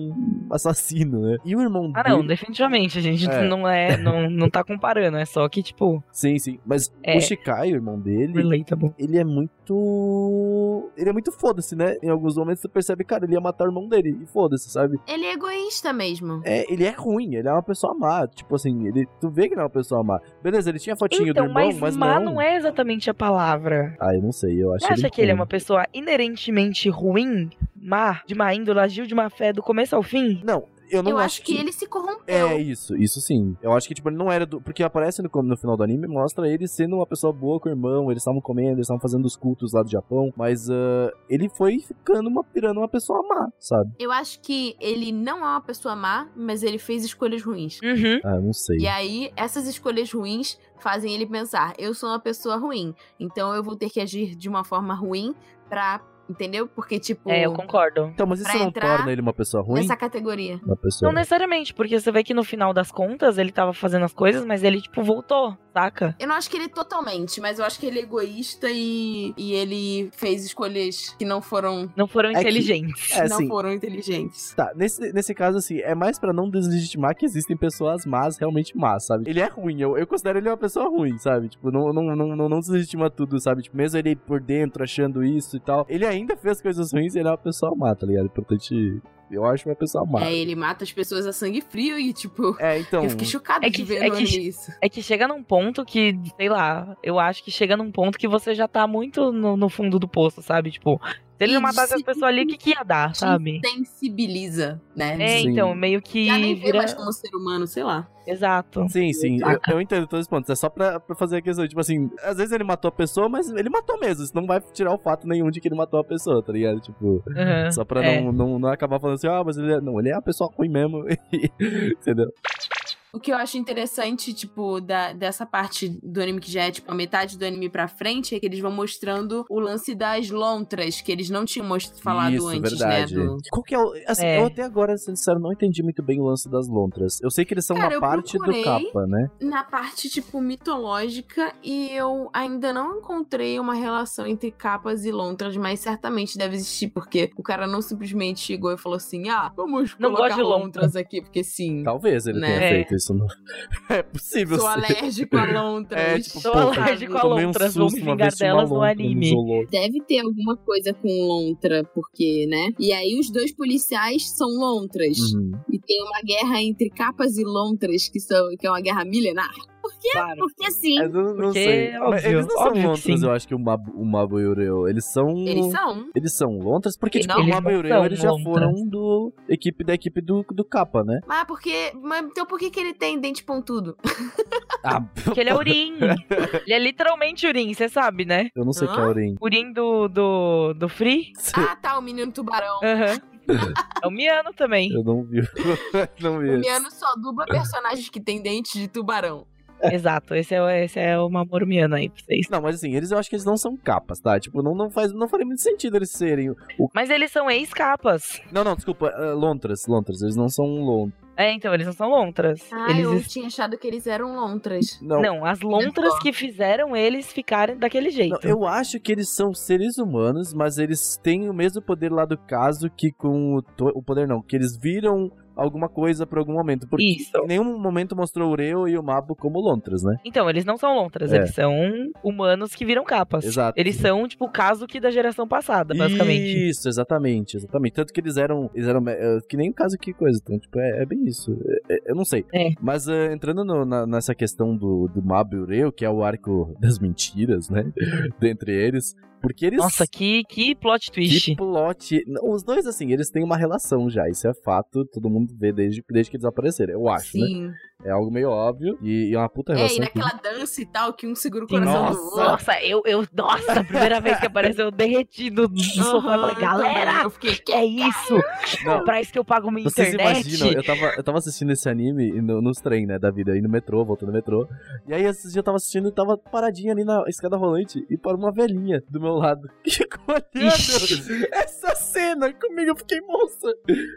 S1: assassino, né? E o irmão
S3: Ah, não,
S1: dele...
S3: definitivamente. A gente
S1: É.
S3: não é. Não, não tá comparando, é só que, tipo,
S1: Sim, sim. Mas
S3: É.
S1: o Shikai, o irmão dele,
S3: relatable.
S1: ele é muito. Ele é muito foda-se, né? Em alguns momentos você percebe, cara, ele ia matar o irmão dele. E foda-se, sabe?
S2: Ele é egoísta mesmo.
S1: É, ele é ruim, ele é uma pessoa má. Tipo assim, ele... tu vê que ele é uma pessoa má. Beleza, ele tinha fotinho
S3: Então,
S1: do irmão,
S3: mas,
S1: mas,
S3: má
S1: não.
S3: não é exatamente a palavra.
S1: Ah, eu não sei, eu acho
S3: Você acha que ele é
S1: ruim.
S3: uma pessoa inerentemente ruim, má, de má índole, agiu de má fé do começo ao fim?
S1: Não, eu não
S2: Eu
S1: acho,
S2: acho que ele se corrompeu.
S1: É isso, isso sim. Eu acho que, tipo, ele não era do. Porque aparece no, no final do anime, mostra ele sendo uma pessoa boa com o irmão, eles estavam comendo, eles estavam fazendo os cultos lá do Japão, mas ah, ele foi ficando uma pirando uma pessoa má, sabe?
S2: Eu acho que ele não é uma pessoa má, mas ele fez escolhas ruins.
S3: Uhum.
S1: Ah, eu não sei.
S2: E aí, essas escolhas ruins fazem ele pensar: eu sou uma pessoa ruim, então eu vou ter que agir de uma forma ruim pra. Entendeu? Porque, tipo,
S3: É, eu concordo.
S1: Então, mas isso
S2: pra
S1: não
S2: entrar
S1: torna ele uma pessoa ruim?
S2: nessa categoria.
S1: Uma pessoa.
S3: Não necessariamente, porque você vê que no final das contas ele tava fazendo as coisas, mas ele, tipo, voltou, saca?
S2: Eu não acho que ele é totalmente, mas eu acho que ele é egoísta e, e ele fez escolhas que não foram,
S3: Não foram
S1: É que-
S3: inteligentes.
S1: É,
S2: não
S1: assim,
S2: foram inteligentes.
S1: Tá, nesse, nesse caso, assim, é mais pra não deslegitimar que existem pessoas más, realmente más, sabe? Ele é ruim, eu, eu considero ele uma pessoa ruim, sabe? Tipo, não, não, não, não, não deslegitima tudo, sabe? Tipo, mesmo ele por dentro achando isso e tal, ele ainda fez coisas ruins e ele é uma pessoa má, tá ligado? Portanto, eu acho uma pessoa má.
S2: É, ele mata as pessoas a sangue frio e, tipo,
S1: É, então.
S2: eu fiquei chocada
S3: É
S2: de
S3: que-
S2: ver
S3: é
S2: no
S3: que-
S2: anime isso.
S3: É que chega num ponto que, sei lá, eu acho que chega num ponto que você já tá muito no, no fundo do poço, sabe? Tipo, se ele
S2: E
S3: não matasse as
S2: se-
S3: pessoas ali, o que, que ia dar, sabe?
S2: Sensibiliza, né?
S3: É,
S1: Sim.
S3: então, meio que
S2: Já nem vê
S3: vira.
S2: mais como ser humano, sei lá.
S3: Exato.
S1: Sim, sim,
S2: Ah,
S1: eu, eu entendo todos os pontos. É só pra, pra fazer a questão, tipo assim, às vezes ele matou a pessoa, mas ele matou mesmo. Isso não vai tirar o fato nenhum de que ele matou a pessoa, tá ligado? Tipo.
S3: Uhum.
S1: Só pra
S3: É.
S1: não, não, não acabar falando assim, ah, mas ele é. Não, ele é uma pessoa ruim mesmo. Entendeu?
S2: O que eu acho interessante, tipo, da, dessa parte do anime que já é, tipo, a metade do anime pra frente, é que eles vão mostrando o lance das lontras, que eles não tinham most- falado
S1: Isso,
S2: antes,
S1: verdade.
S2: né? do-
S1: Qual que é o. Assim,
S3: É.
S1: eu até agora, sincero, não entendi muito bem o lance das lontras. Eu sei que eles são
S2: Cara,
S1: uma
S2: eu
S1: parte
S2: procurei.
S1: do capa, né?
S2: Na parte, tipo, mitológica, e eu ainda não encontrei uma relação entre capas e lontras, mas certamente deve existir, porque o cara não simplesmente chegou e falou assim, ah, vamos
S3: Não gosto
S2: colocar
S3: de lontra."
S2: lontras aqui, porque sim,
S1: Talvez ele
S2: Né?
S1: tenha
S3: É.
S1: feito isso. Não... É possível.
S2: sou
S1: sim.
S2: alérgico a lontras.
S1: É, tipo,
S3: Sou
S1: pô,
S3: alérgico a
S1: Tomei um
S3: lontras, vou me
S1: susto uma
S3: vingar
S1: vez de uma
S3: delas no
S1: lontra
S3: anime.
S1: zoológico.
S4: Deve ter alguma coisa com lontra, porque, né? E aí os dois policiais são lontras.
S1: Uhum.
S4: E tem uma guerra entre capas e lontras, que, são, que é uma guerra milenar.
S3: Claro.
S4: Porque sim.
S1: Eu É, não, não
S3: Porque, é
S1: sei. Mas
S3: óbvio,
S1: eles não são
S3: óbvio que
S1: lontras,
S3: sim.
S1: eu acho que o Mabu, o Mabu e o Ureu. Eles são.
S2: Eles são.
S1: Eles são lontras, porque,
S2: Eles
S1: tipo,
S2: não
S1: o Mabu e o
S3: são
S1: Ureu, eles já
S3: lontras.
S1: foram do, equipe, da equipe do, do capa, né?
S2: Mas Ah, porque. Mas então por que, que ele tem dente pontudo?
S1: Ah,
S3: Porque ele é urim. ele é literalmente urim, você sabe, né?
S1: eu não sei o que é
S2: Hã?
S1: Urim.
S3: Urim do, do, do Free.
S2: Ah, tá, o menino tubarão.
S3: Aham. é o Miano também.
S1: Eu não vi. não
S2: O
S1: vi.
S2: Miano só dubla personagens que têm dentes de tubarão.
S3: Exato, esse é, o- esse é o Mamoromiano aí pra vocês.
S1: Não, mas assim, eles eu acho que eles não são capas, tá? Tipo, não, não, faz, não faria muito sentido eles serem. o-
S3: Mas eles são ex-capas.
S1: Não, não, desculpa, eh, lontras, lontras. Eles não são um lontras.
S3: É, então, eles não são lontras.
S6: Ah,
S3: eles
S6: eu
S3: es-
S6: tinha achado que eles eram lontras.
S1: Não,
S3: Não, as lontras que fizeram eles ficarem daquele jeito.
S1: Então, Não, eu acho que eles são seres humanos, mas eles têm o mesmo poder lá do caso que com o, to- o poder não, que eles viram alguma coisa por algum momento. Porque
S3: Isso.
S1: em nenhum momento mostrou o Ureu e o Mabo como lontras, né?
S3: Então, eles não são lontras,
S1: É.
S3: eles são humanos que viram capas.
S1: Exato.
S3: Eles são, tipo, o caso que da geração passada, basicamente.
S1: Isso, exatamente, exatamente. Tanto que eles eram. Eles eram eh, que nem o caso que coisa. Então, tipo, é, é bem isso. É- é- eu não sei.
S3: É.
S1: Mas eh, entrando no- na- nessa questão do, do Mabo e Ureu, que é o arco das mentiras, né? Dentre eles. Porque eles.
S3: Nossa, que, que plot twist.
S1: Que plot. Não, Os dois, assim, eles têm uma relação já. Isso é fato. Todo mundo vê desde, desde que eles apareceram. Eu acho, né?
S6: Sim.
S1: É algo meio óbvio. E, e é uma puta
S6: É,
S1: relação.
S6: e
S1: que-
S6: naquela dança e tal, que um segura o
S3: Sim.
S6: coração do
S1: Nossa.
S6: outro.
S3: Nossa, eu, eu. Nossa, a primeira vez que apareceu, eu derreti no, no sofá e falei,
S6: Aham,
S3: galera,
S6: Eu fiquei,
S3: que é isso?
S1: Não.
S3: Pra isso que eu pago minha
S1: Vocês
S3: internet.
S1: imaginam, eu tava, eu tava assistindo esse anime e no, nos trem, né, da vida, aí no metrô, voltando no metrô. E aí esses dias eu tava assistindo e tava paradinha ali na escada rolante e parou uma velhinha do meu lado. E ficou olhando
S3: Ixi.
S1: essa cena comigo, eu fiquei, moça,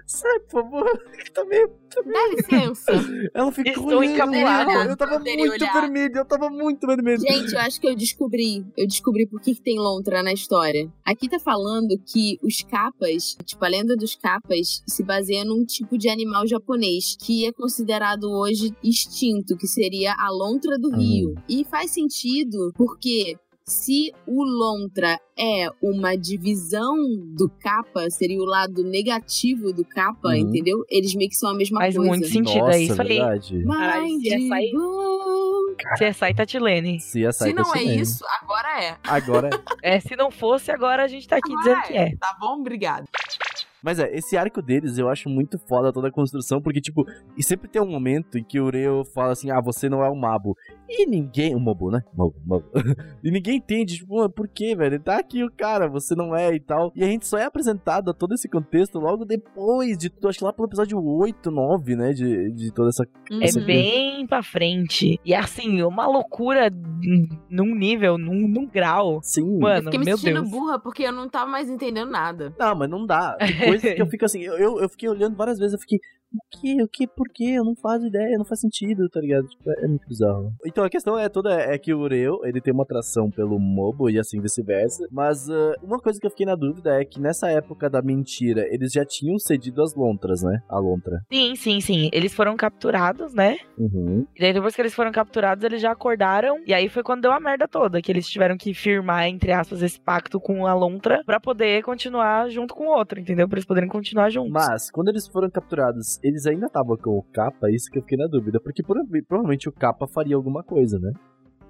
S1: sai, por favor. Tá meio
S6: dá licença.
S1: Ela ficou
S3: Estou
S1: olhando.
S3: encabulada.
S1: Eu tava
S6: Poderia
S1: muito
S6: olhar.
S1: vermelho, eu tava muito vermelho.
S2: Gente, eu acho que eu descobri. Eu descobri por que, que tem lontra na história. Aqui tá falando que os capas, tipo, a lenda dos capas, se baseia num tipo de animal japonês que é considerado hoje extinto, que seria a lontra
S3: Ah.
S2: do rio. E faz sentido porque. Se o lontra é uma divisão do capa, seria o lado negativo do capa,
S1: Uhum.
S2: entendeu? Eles meio que são a mesma
S3: Faz
S2: coisa.
S3: muito sentido,
S1: Nossa,
S3: é isso aí.
S1: verdade.
S2: Mas
S3: Caralho, se essa aí- CSI Tatilene.
S1: Se, essa
S6: Se não é isso, agora é.
S1: Agora
S3: É, se não fosse, agora a gente tá aqui
S6: Agora
S3: dizendo que é.
S6: Tá bom? Obrigada.
S1: Mas é, esse arco deles eu acho muito foda toda a construção, porque, tipo, e sempre tem um momento em que o Ureu fala assim: ah, você não é o Mabo. E ninguém. O Mobo, né? Mobo, Mobo. e ninguém entende, tipo, "Mano, por quê, velho? Tá aqui o cara, você não é e tal. E a gente só é apresentado a todo esse contexto logo depois de tudo, acho que lá pelo episódio 8, 9, né? De, de toda essa.
S3: É
S1: Uhum.
S3: bem pra frente. E assim, uma loucura n- num nível, num, num grau.
S1: Sim.
S6: Eu
S3: Mano,
S6: fiquei me
S3: meu
S6: sentindo
S3: Deus.
S6: burra porque eu não tava mais entendendo nada.
S1: Não, Ah, mas não dá. Tem coisas que eu fico assim, eu, eu, eu fiquei olhando várias vezes, eu fiquei, o que, o que, por que? Eu não faço ideia, não faz sentido, tá ligado? Tipo, é muito bizarro. Então a questão é toda, é que o Ureu, ele tem uma atração pelo Mobo e assim vice-versa, mas ah, uma coisa que eu fiquei na dúvida é que nessa época da mentira, eles já tinham cedido as lontras, né? A lontra.
S3: Sim, sim, sim. Eles foram capturados, né?
S1: Uhum.
S3: E daí depois que eles foram capturados, eles já acordaram. E aí foi quando deu a merda toda, que eles tiveram que firmar, entre aspas, esse pacto com a Lontra pra poder continuar junto com o outro, entendeu? Pra eles poderem continuar juntos.
S1: Mas, quando eles foram capturados, eles ainda estavam com o Capa? Isso que eu fiquei na dúvida, porque prova- provavelmente o Capa faria alguma coisa, né?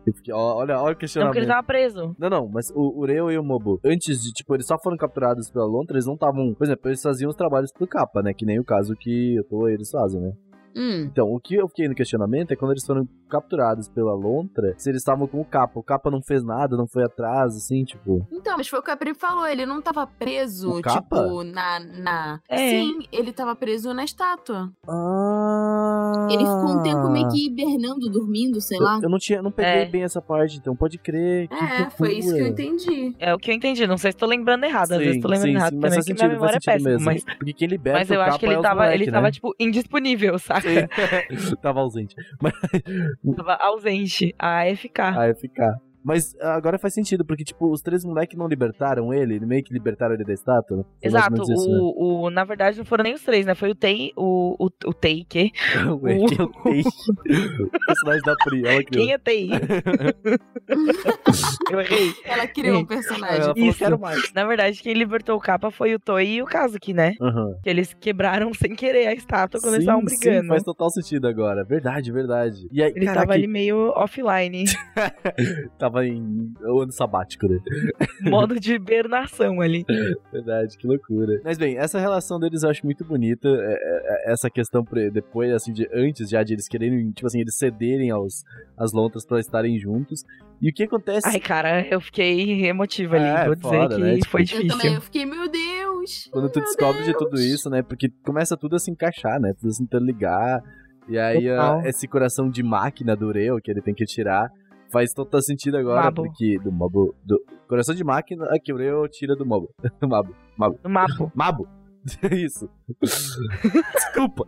S1: Eu fiquei, ó, olha, olha o
S3: Não,
S1: questionamento.
S3: porque ele tava preso.
S1: Não, não, mas o Ureu e o Mobo, antes de, tipo, eles só foram capturados pela Lontra, eles não estavam. Por exemplo, eles faziam os trabalhos pro capa, né? Que nem o caso que eu tô eles fazem, né?
S6: Hum.
S1: Então, o que eu fiquei no questionamento é quando eles foram capturados pela Lontra, se eles estavam com o capa. O capa não fez nada, não foi atrás, assim, tipo.
S6: Então, mas foi o que a Pri falou, ele não tava preso,
S1: O
S6: tipo,
S1: capa?
S6: na. na...
S3: É.
S6: Sim, ele tava preso na estátua.
S1: Ah.
S2: Ele ficou um
S6: é
S2: tempo meio
S3: Ah.
S2: que hibernando, dormindo, sei lá.
S1: Eu, eu não tinha, não peguei
S3: É.
S1: bem essa parte, então pode crer. Que
S6: é, foi isso que eu
S1: loucura.
S6: entendi.
S3: É o que eu entendi. Não sei se tô lembrando errado. Às vezes tô lembrando
S1: sim,
S3: errado
S1: sim,
S3: também,
S1: mas faz
S3: que
S1: sentido,
S3: minha
S1: faz
S3: memória é
S1: sentido
S3: péssima.
S1: mesmo.
S3: Mas,
S1: Porque quem liberta
S3: mas eu
S1: o capa
S3: acho que ele
S1: é os
S3: tava, ele
S1: moleque,
S3: tava,
S1: né?
S3: tipo, indisponível, saca?
S1: tava ausente.
S3: Tava ausente. A FK.
S1: Ah, ia ficar. Mas ah, agora faz sentido, porque, tipo, os três moleques não libertaram ele, meio que libertaram ele da estátua. né? Foi mais ou
S3: Exato,
S1: menos isso, né?
S3: o, o, na verdade não foram nem os três, né? Foi o Tei, o, o, o Tei, que?
S1: Ué, que eu tenho. o personagem da Pri, ela criou.
S3: Quem é Tei? eu errei.
S6: Ela criou um
S3: Sim.
S6: personagem.
S1: Ela falou, assim,
S3: Isso.
S1: quero mais.
S3: Na verdade, quem libertou o capa foi o Toi e o Kazuki, né?
S1: Aham.
S3: Que eles quebraram sem querer a estátua quando eles
S1: Sim,
S3: estavam
S1: sim,
S3: brigando.
S1: faz total sentido agora. Verdade, verdade. E aí,
S3: Ele
S1: caraca,
S3: tava ali meio offline,
S1: tava em o ano sabático, né?
S3: modo de hibernação ali.
S1: É. Verdade, que loucura. Mas bem, essa relação deles eu acho muito bonita. é, é, é, Essa questão pre- depois, assim, de antes já de eles quererem, tipo assim, eles cederem aos, às lontras pra estarem juntos. E o que acontece
S3: Ai, cara, eu fiquei emotiva ali.
S1: É,
S3: Vou dizer
S1: foda,
S3: que
S1: né? Tipo,
S3: foi
S6: Eu também
S3: difícil.
S6: eu fiquei, meu Deus!
S1: Quando tu
S6: meu
S1: descobre de tudo
S6: Deus.
S1: isso, né? Porque começa tudo a se encaixar, né? Tudo a se interligar. E aí a-
S3: Total.
S1: esse coração de máquina do Ureu que ele tem que tirar faz total sentido agora,
S3: Mabo.
S1: porque do Mabo. Do, coração de máquina ah, que o Ureu tira do Mabo. Mabo.
S3: No mapa.
S1: Mabo! Isso. Desculpa.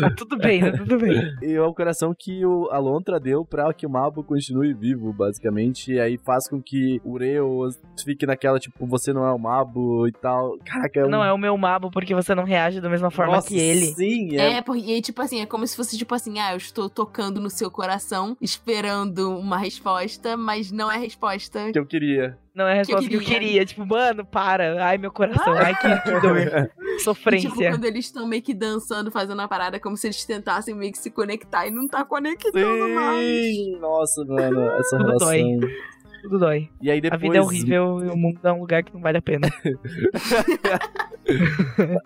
S3: Tá tudo bem, tá tudo bem.
S1: E é o coração que o Alontra deu pra que o Mabo continue vivo, basicamente. E aí faz com que o Ureu fique naquela, tipo, você não é o Mabo e tal. Caraca, é um...
S3: Não é o meu mabo porque você não reage da mesma forma
S1: Nossa,
S3: que ele.
S1: Sim, é.
S6: É, porque, e aí, tipo assim, é como se fosse tipo assim, ah, eu estou tocando no seu coração, esperando uma resposta, mas não é resposta.
S1: Que eu queria.
S3: Não é a
S6: Que eu
S3: resposta que eu
S6: queria.
S3: queria. Tipo, mano, para. Ai, meu coração. Ai, que, que dor.
S6: E, tipo,
S3: Sofrência.
S6: quando eles estão meio que dançando, fazendo a parada, é como se eles tentassem meio que se conectar e não tá conectando mais.
S1: Sim, nossa, mano, essa
S3: Tudo
S1: relação.
S3: dói. Tudo dói.
S1: E aí depois.
S3: A vida é horrível e o mundo é um lugar que não vale a pena.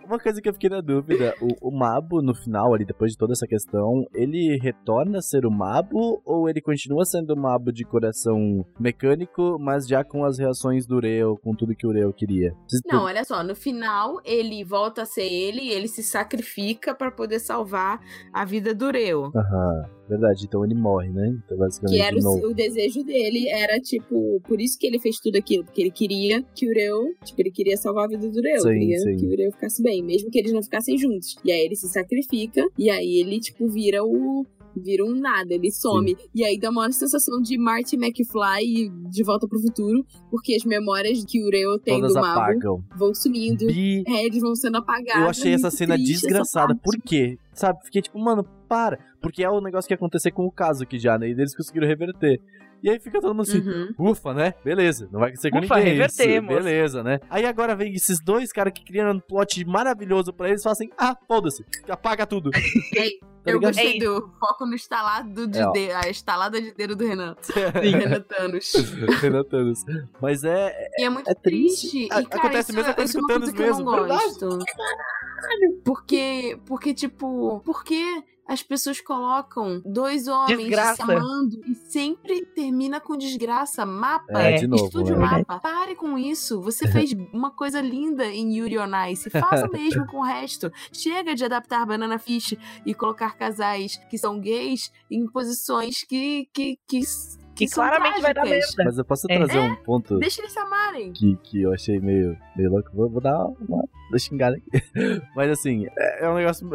S1: Uma coisa que eu fiquei na dúvida: o, o Mabo, no final ali, depois de toda essa questão, ele retorna a ser o Mabo ou ele continua sendo o Mabo de coração mecânico, mas já com as reações do Ureu, com tudo que o Ureu queria? Vocês-
S6: Não, olha só, no final ele volta a ser ele e ele se sacrifica pra poder salvar a vida do Reu.
S1: Aham, verdade, então ele morre, né? Então, basicamente,
S2: Que era
S1: de novo.
S2: o, o desejo dele, era tipo, por isso que ele fez tudo aquilo, porque ele queria que o Ureu, tipo, ele queria salvar a vida do Ureu,
S1: Sim,
S2: queria
S1: sim.
S2: que o Ureu ficasse bem, mesmo que eles não ficassem juntos. E aí ele se sacrifica, e aí ele, tipo, vira o. Vira um nada, ele some. E aí dá uma maior sensação de Marty McFly e de volta pro futuro, porque as memórias que o Ureu tem
S1: Todas
S2: do Mago
S1: apagam.
S2: vão sumindo.
S1: Bi,
S2: É, eles vão sendo apagados.
S1: Eu achei
S2: é
S1: essa
S2: muito
S1: cena
S2: triste essa
S1: desgraçada.
S2: parte.
S1: Por quê? Sabe? Fiquei tipo, mano, para. Porque é o negócio que ia acontecer com o caso aqui já, né? E eles conseguiram reverter. E aí fica todo mundo assim,
S6: Uhum.
S1: ufa, né? Beleza, não vai acontecer com
S3: Ufa,
S1: ninguém. isso.
S3: revertemos.
S1: Beleza, né? Aí agora vem esses dois caras que criaram um plot maravilhoso pra eles e falam assim: ah, foda-se, apaga tudo. Tá
S6: Eu
S1: ligado?
S6: gostei
S3: É
S6: do foco no estalado de
S1: É, ó.
S6: dedo, a estalada de dedo do Renan. Renan Thanos.
S1: Renan Thanos. Mas é.
S6: E é muito
S1: É triste.
S6: triste.
S1: A-
S6: E, cara,
S1: acontece
S6: isso,
S1: a mesma coisa
S6: isso é uma
S1: com o Thanos
S6: coisa que
S1: mesmo,
S6: eu não
S1: verdade.
S6: gosto. Porque, porque, tipo, porque as pessoas colocam dois homens
S3: Desgraça.
S6: se amando e sempre termina com desgraça. Mapa.
S1: É,
S3: É,
S1: de novo.
S6: Estúdio
S1: né?
S3: maravilhoso.
S6: Mapa, pare com isso. Você fez uma coisa linda em Yuri on Ice. Faça o mesmo com o resto. Chega de adaptar Banana Fish e colocar casais que são gays em posições que. que, que,
S3: Que
S6: são
S3: claramente vai dar
S6: trágicas.
S3: merda.
S1: Mas eu posso
S3: É.
S1: trazer um ponto
S6: Deixa eles se amarem.
S1: que, que eu achei meio, meio louco. Vou, vou dar uma, uma xingada aqui. Mas assim, é, é um negócio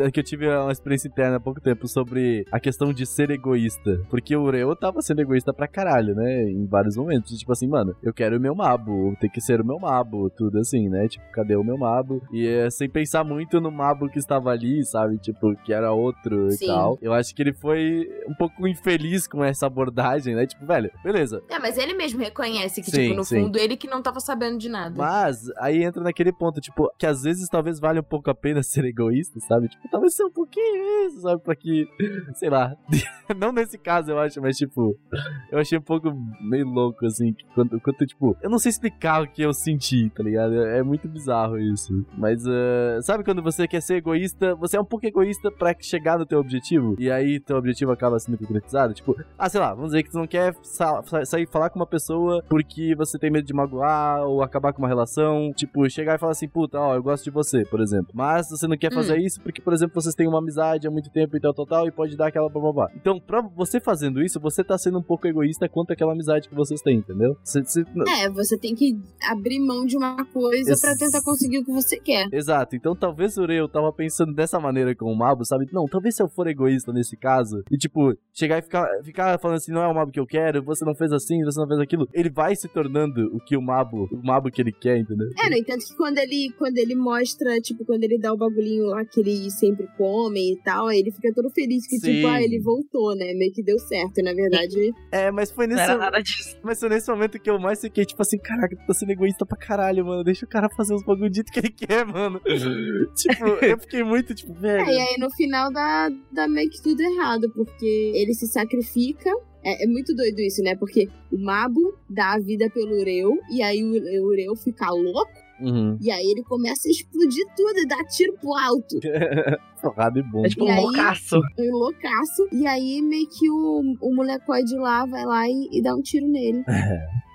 S1: é, que eu tive uma experiência interna há pouco tempo sobre a questão de ser egoísta. Porque o Reu tava sendo egoísta pra caralho, né? Em vários momentos. E, Tipo assim, mano, eu quero o meu mabo, tem que ser o meu mabo, tudo assim, né? Tipo, cadê o meu mabo? E é, sem pensar muito no mabo que estava ali, sabe? Tipo, que era outro e
S2: Sim.
S1: tal. Eu acho que ele foi um pouco infeliz com essa abordagem, né? Tipo, velho, beleza,
S6: É, mas ele mesmo reconhece que,
S1: Sim,
S6: tipo, no
S1: sim.
S6: fundo, ele que não tava sabendo de nada.
S1: Mas aí entra naquele ponto, tipo, que às vezes talvez valha um pouco a pena ser egoísta, sabe? Tipo, talvez ser um pouquinho isso, sabe? Pra que, sei lá. Não nesse caso, eu acho, mas tipo, eu achei um pouco meio louco, assim, que quanto, quanto, tipo, eu não sei explicar o que eu senti, tá ligado? É muito bizarro isso. Mas, eh, sabe quando você quer ser egoísta, você é um pouco egoísta pra chegar no teu objetivo, e aí teu objetivo acaba sendo concretizado? Tipo, ah, sei lá, vamos dizer que tu não quer sa- sa- sair falar com uma pessoa porque você tem medo de magoar ou acabar com uma relação. Tipo, chegar e falar assim, puta, ó, eu gosto de você, por exemplo. Mas você não quer fazer isso porque, por exemplo, vocês têm uma amizade há muito tempo e tal, tal, tal, e pode dar aquela blá blá blá. Então, pra você fazendo isso, você tá sendo um pouco egoísta quanto àquela amizade que vocês têm, entendeu? Você- você- não-
S2: É, você tem que abrir mão de uma coisa
S1: Ex-
S2: pra tentar conseguir o que você quer.
S1: Exato, então talvez o Reu tava pensando dessa maneira com o Mabo, sabe? Não, talvez se eu for egoísta nesse caso, e tipo, chegar e ficar, ficar falando assim, não é o Mabo que eu quero, você não fez assim, você não fez aquilo, ele vai se tornando o que o Mabo, o Mabo que ele quer, entendeu?
S3: né?
S2: É, no entanto que quando ele, quando ele mostra, tipo, quando ele dá o bagulhinho lá que ele sempre come e tal, aí ele fica todo feliz que,
S1: Sim.
S2: tipo, ah, ele voltou, né? Meio que deu certo. E, na verdade,
S1: É, mas foi
S3: Não
S1: nesse,
S3: era nada disso. É
S1: mas foi nesse momento que eu mais fiquei, tipo assim, caraca, tu tá sendo egoísta pra caralho, mano, deixa o cara fazer os bagulho do jeito que ele quer, mano. tipo, eu fiquei muito, tipo, velho.
S2: É, e aí no final dá, dá meio que tudo errado, porque ele se sacrifica. É, é muito doido isso, né? Porque o Mabo dá a vida pelo Ureu, e aí o o Ureu fica louco,
S1: Uhum.
S2: e aí ele começa a explodir tudo e dá tiro pro alto.
S1: Porrada e bom.
S3: É tipo
S2: E
S3: um
S2: aí-
S3: loucaço.
S2: Um loucaço. E aí meio que o, o molecoide lá vai lá e, e dá um tiro nele.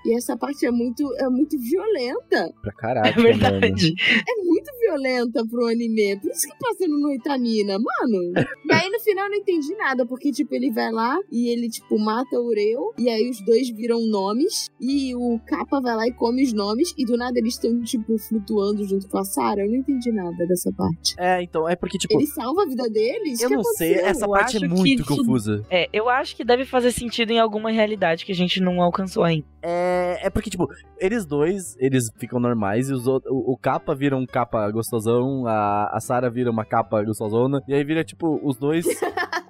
S2: E essa parte é muito, é muito violenta.
S1: Pra caraca,
S3: É verdade.
S1: mano.
S2: É muito violenta pro anime. Por isso que tá sendo noitamina, mano. e aí no final eu não entendi nada, porque, tipo, ele vai lá e ele, tipo, mata o Ureu. E aí os dois viram nomes. E o Kappa vai lá e come os nomes. E do nada eles estão, tipo, flutuando junto com a Sarah. Eu não entendi nada dessa parte.
S1: É, então, é porque, tipo,
S2: Ele salva a vida deles?
S1: eu
S2: Que
S1: não sei,
S2: aconteceu?
S1: essa
S3: Eu
S1: parte é
S3: acho que
S1: muito
S3: isso-
S1: confusa.
S3: É, eu acho que deve fazer sentido em alguma realidade que a gente não alcançou ainda.
S1: É, é porque, tipo, eles dois, eles ficam normais e os outros, o, o capa vira um capa gostosão, a, a Sara vira uma capa gostosona, e aí vira, tipo, os dois.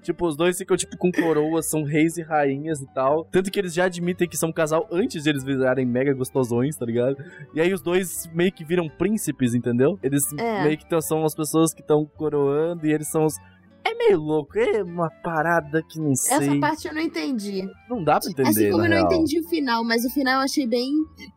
S1: tipo, os dois ficam, tipo, com coroas, são reis e rainhas e tal. Tanto que eles já admitem que são um casal antes de eles virarem mega gostosões, tá ligado? E aí os dois meio que viram príncipes, entendeu? Eles
S2: É.
S1: meio que tão- são as pessoas que estão coroando e eles são os. É meio louco, é uma parada que não sei.
S6: Essa parte
S2: Eu não entendi.
S1: Não dá pra entender.
S2: Assim como
S1: na
S2: eu não
S1: real.
S2: entendi o final, mas o final eu achei bem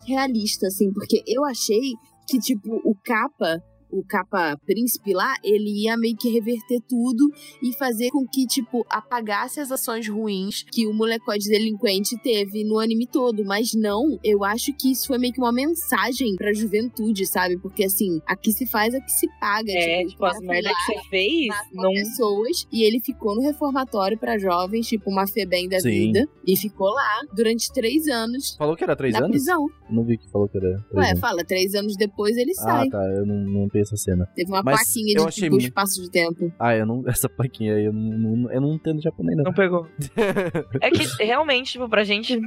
S2: realista, assim, porque eu achei que, tipo, o capa. O capa príncipe lá, ele ia meio que reverter tudo e fazer com que, tipo, apagasse as ações ruins que o molecote delinquente teve no anime todo. Mas não, eu acho que isso foi meio que uma mensagem pra juventude, sabe? Porque, assim, aqui se faz, aqui se paga.
S3: É, tipo, as
S2: cara foi
S3: merdas
S2: lá,
S3: que você fez,
S2: matou
S3: não.
S2: pessoas e ele ficou no reformatório pra jovens, tipo uma febem da
S1: Sim.
S2: vida, e ficou lá durante três anos
S1: Falou que era três
S2: na
S1: anos?
S2: prisão.
S1: Não vi que falou que era. três
S2: Ué,
S1: anos.
S2: fala, três anos depois ele
S1: ah,
S2: sai.
S1: tá. Eu não, não vi essa cena.
S2: Teve uma
S1: Mas
S2: plaquinha
S1: eu
S2: de
S1: achei
S2: tipo,
S1: muito-
S2: espaço de tempo.
S1: Ah, eu não. Essa plaquinha aí, eu não, não- eu não entendo japonês, não.
S3: Não pegou. É que realmente, tipo, pra gente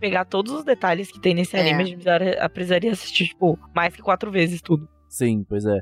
S3: pegar todos os detalhes que tem nesse
S2: É.
S3: anime, a gente precisaria- precisaria assistir, tipo, mais que quatro vezes tudo.
S1: Sim, pois é.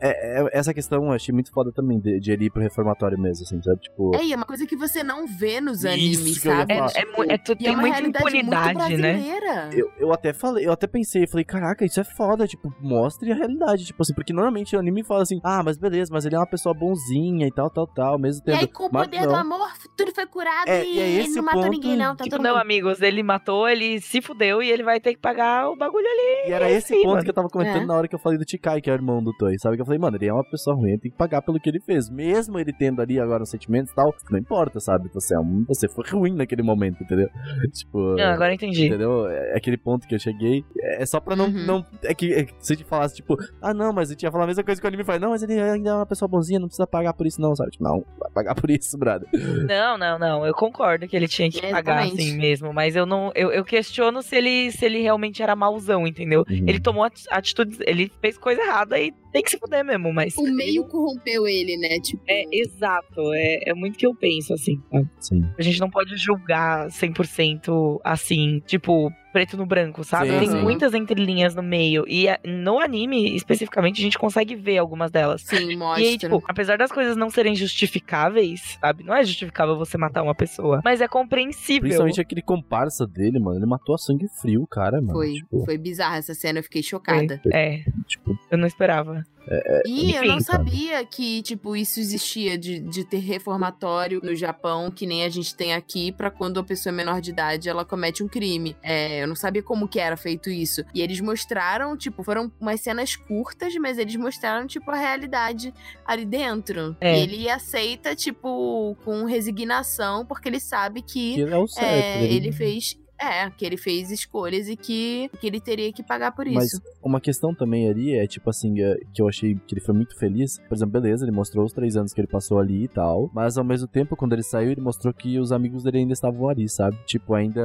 S1: É, é, Essa questão eu achei muito foda também, de, de ele ir pro reformatório mesmo, assim, sabe? Tipo.
S6: É, e é uma coisa que você não vê nos
S1: Isso
S6: animes,
S1: que eu ia
S6: sabe?
S1: falar.
S3: É, é mu- é tu-
S6: E
S3: tem
S6: é uma
S3: muita
S6: realidade muito
S3: impunidade, né?
S6: brasileira.
S1: Eu, eu até falei, eu até pensei, falei, caraca, isso é foda, tipo, mostre a realidade, tipo assim, porque normalmente o anime fala assim, ah, mas beleza, mas ele é uma pessoa bonzinha e tal, tal, tal, ao mesmo
S6: E
S1: tempo.
S6: aí, com o
S1: mas
S6: poder do
S1: não.
S6: amor, tudo foi curado
S1: É,
S6: e
S1: e é
S6: ele
S1: esse
S6: não
S1: o
S6: matou
S1: ponto
S6: ninguém, não. Tá
S3: Tipo,
S6: todo
S1: é
S3: não,
S6: mundo-
S3: amigos, ele matou, ele se fudeu e ele vai ter que pagar o bagulho ali.
S1: E era esse
S3: Sim,
S1: ponto
S3: mano.
S1: que eu tava comentando
S2: É.
S1: na hora que eu falei do Tikai, que é o irmão do Toy, sabe? Que eu falei, mano, ele é uma pessoa ruim, ele tem que pagar pelo que ele fez. Mesmo ele tendo ali agora os sentimentos e tal, não importa, sabe? Você, é um, você foi ruim naquele momento, entendeu? tipo.
S3: Ah, agora eu entendi.
S1: Entendeu? É aquele ponto que eu cheguei. É é só pra não.
S6: Uhum.
S1: não é, que, é que se a gente falasse, tipo, ah, não, mas eu tinha falado a mesma coisa que o anime faz. Não, mas ele ainda é uma pessoa bonzinha, não precisa pagar por isso, não, sabe? Tipo, não, vai pagar por isso, brother.
S3: Não, não, não. Eu concordo que ele tinha que pagar
S6: Exatamente.
S3: assim mesmo, mas eu não, eu, eu questiono se ele, se ele realmente era mauzão, entendeu? Ele tomou ati- atitudes, ele fez coisa errada e tem que se fuder mesmo, mas
S2: O meio corrompeu ele, né? Tipo,
S3: é exato, é, é muito que eu penso assim. sabe?
S1: Sim.
S3: A gente não pode julgar 100% assim, tipo preto no branco, sabe?
S1: Sim,
S3: tem
S6: sim.
S3: muitas entrelinhas no meio e a- no anime especificamente a gente consegue ver algumas delas.
S6: Sim, mostra.
S3: E aí, tipo, apesar das coisas não serem justificáveis, sabe? Não é justificável você matar uma pessoa, mas é compreensível.
S1: Principalmente aquele comparsa dele, mano. Ele matou a sangue frio, cara, mano.
S6: foi,
S1: Tipo,
S6: foi bizarra essa cena, eu fiquei chocada.
S3: É,
S1: tipo,
S3: eu não esperava.
S6: E eu
S3: Enfim,
S6: não
S1: sabe?
S6: sabia que, tipo, isso existia de, de ter reformatório no Japão, que nem a gente tem aqui, pra quando a pessoa é menor de idade, ela comete um crime. É, eu não sabia como que era feito isso. E eles mostraram, tipo, foram umas cenas curtas, mas eles mostraram, tipo, a realidade ali dentro.
S3: É.
S6: E ele aceita, tipo, com resignação, porque ele sabe que
S1: que ele é o certo.
S6: É,
S1: ele-
S6: ele fez. É, que ele fez escolhas e que, que ele teria que pagar por
S1: Mas
S6: Tipo isso.
S1: uma questão também ali é, tipo assim, é, que eu achei que ele foi muito feliz. Por exemplo, beleza, ele mostrou os três anos que ele passou ali e tal. Mas ao mesmo tempo, quando ele saiu, ele mostrou que os amigos dele ainda estavam ali, sabe? Tipo, ainda.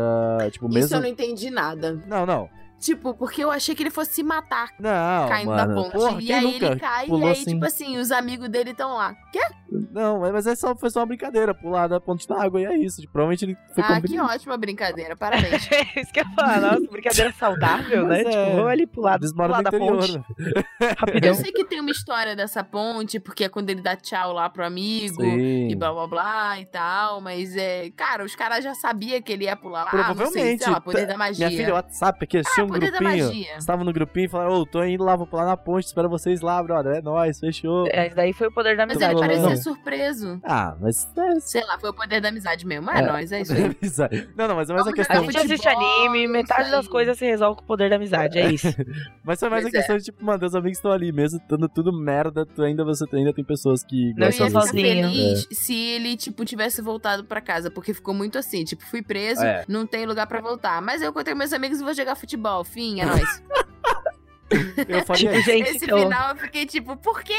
S1: Tipo,
S6: Isso
S1: mesmo.
S6: eu não entendi nada.
S1: Não, não.
S6: Tipo, porque eu achei que ele fosse se matar
S1: Não,
S6: caindo da
S1: mano.
S6: ponte.
S1: Porra,
S6: e
S1: quem
S6: aí
S1: nunca
S6: ele cai, e
S1: pulou
S6: aí,
S1: assim?
S6: tipo assim, os amigos dele estão lá. Quê?
S1: Não, mas é só, foi só uma brincadeira, pular da ponte da água e é isso. Tipo, provavelmente ele foi
S6: ah, que
S1: combinado.
S6: ótima brincadeira, parabéns.
S3: É isso que eu ia falar, nossa, brincadeira saudável, né?
S1: Mas é,
S3: Tipo, vou ali pro lado,
S1: Eles
S3: pro
S1: moram
S3: lado
S1: no
S3: da
S1: interior.
S3: ponte,
S1: né?
S6: eu
S3: rapidão.
S6: sei que tem uma história dessa ponte, porque é quando ele dá tchau lá pro amigo. E
S1: Sim.
S6: blá blá blá e tal, mas é. Cara, os caras já sabiam que ele ia pular lá. Não sei,
S1: Provavelmente. tá,
S6: sei lá, poder da magia.
S1: Minha filha, WhatsApp aqui, assistiu um
S6: Ah, poder da
S1: grupinho.
S6: magia.
S1: Estavam no grupinho e falaram, ô, tô indo lá, vou pular na ponte, espero vocês lá, brother. É nóis, fechou.
S3: É, Isso daí foi o poder da
S6: Mas
S3: amizade.
S6: ele
S1: Não,
S6: parecia
S1: não.
S3: né?
S6: surpreso
S2: preso.
S1: Ah, mas é,
S2: Sei lá, foi o poder da amizade mesmo. É,
S1: É.
S2: nóis, é isso aí.
S1: é bizarro. Não, não, mas é mais a
S2: Vamos jogar
S3: A
S1: questão.
S3: gente
S2: futebol,
S3: assiste anime,
S2: isso
S3: metade das
S2: aí.
S3: coisas se resolve com o poder da amizade, é isso.
S1: Mas é mais a
S2: Pois
S1: questão de, tipo, mano, os amigos estão ali, mesmo estando tudo merda, tu ainda, você ainda tem pessoas que
S3: Não
S2: Eu
S3: sou
S2: ia
S1: gostam
S2: ficar
S1: disso.
S3: sozinho.
S2: feliz se ele, tipo, tivesse voltado pra casa, porque ficou muito assim, tipo, fui preso,
S1: É.
S2: não tem lugar pra voltar. Mas eu encontrei meus amigos e vou jogar futebol, fim, é nóis.
S1: Eu faria
S3: Tipo,
S1: isso.
S3: gente,
S2: Esse
S3: eu-
S2: final eu fiquei tipo, por quê?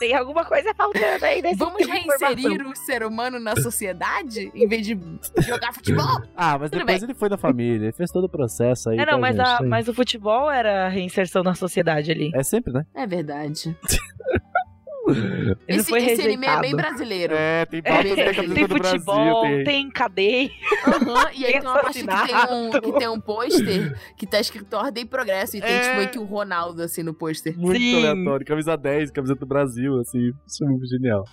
S3: tem alguma coisa tá faltando aí nesse
S2: Vamos
S3: tipo de informação.
S2: reinserir o ser humano na sociedade em vez de jogar futebol?
S1: Ah, mas
S2: Tudo
S1: depois ele foi na família, ele fez todo o processo aí.
S3: É, não,
S1: então,
S3: mas,
S1: gente,
S3: a-
S1: isso aí.
S3: mas o futebol era a reinserção na sociedade ali.
S1: É sempre, né?
S2: É verdade.
S3: Ele
S2: Esse,
S3: foi
S2: esse
S3: rejeitado.
S2: anime é bem brasileiro.
S1: É, tem
S3: É,
S2: pautas que é
S3: tem,
S2: camisa
S3: futebol, tem, cadeia.
S2: Aham, E aí tem uma parte que tem um,
S3: Assassinato.
S2: que tem um pôster que tá escrito Ordem e Progresso. E tem,
S1: É.
S2: tipo, meio que o Ronaldo, assim, no pôster.
S1: Muito
S3: Sim.
S1: aleatório. Camisa 10, camisa do Brasil, assim. Isso é muito genial.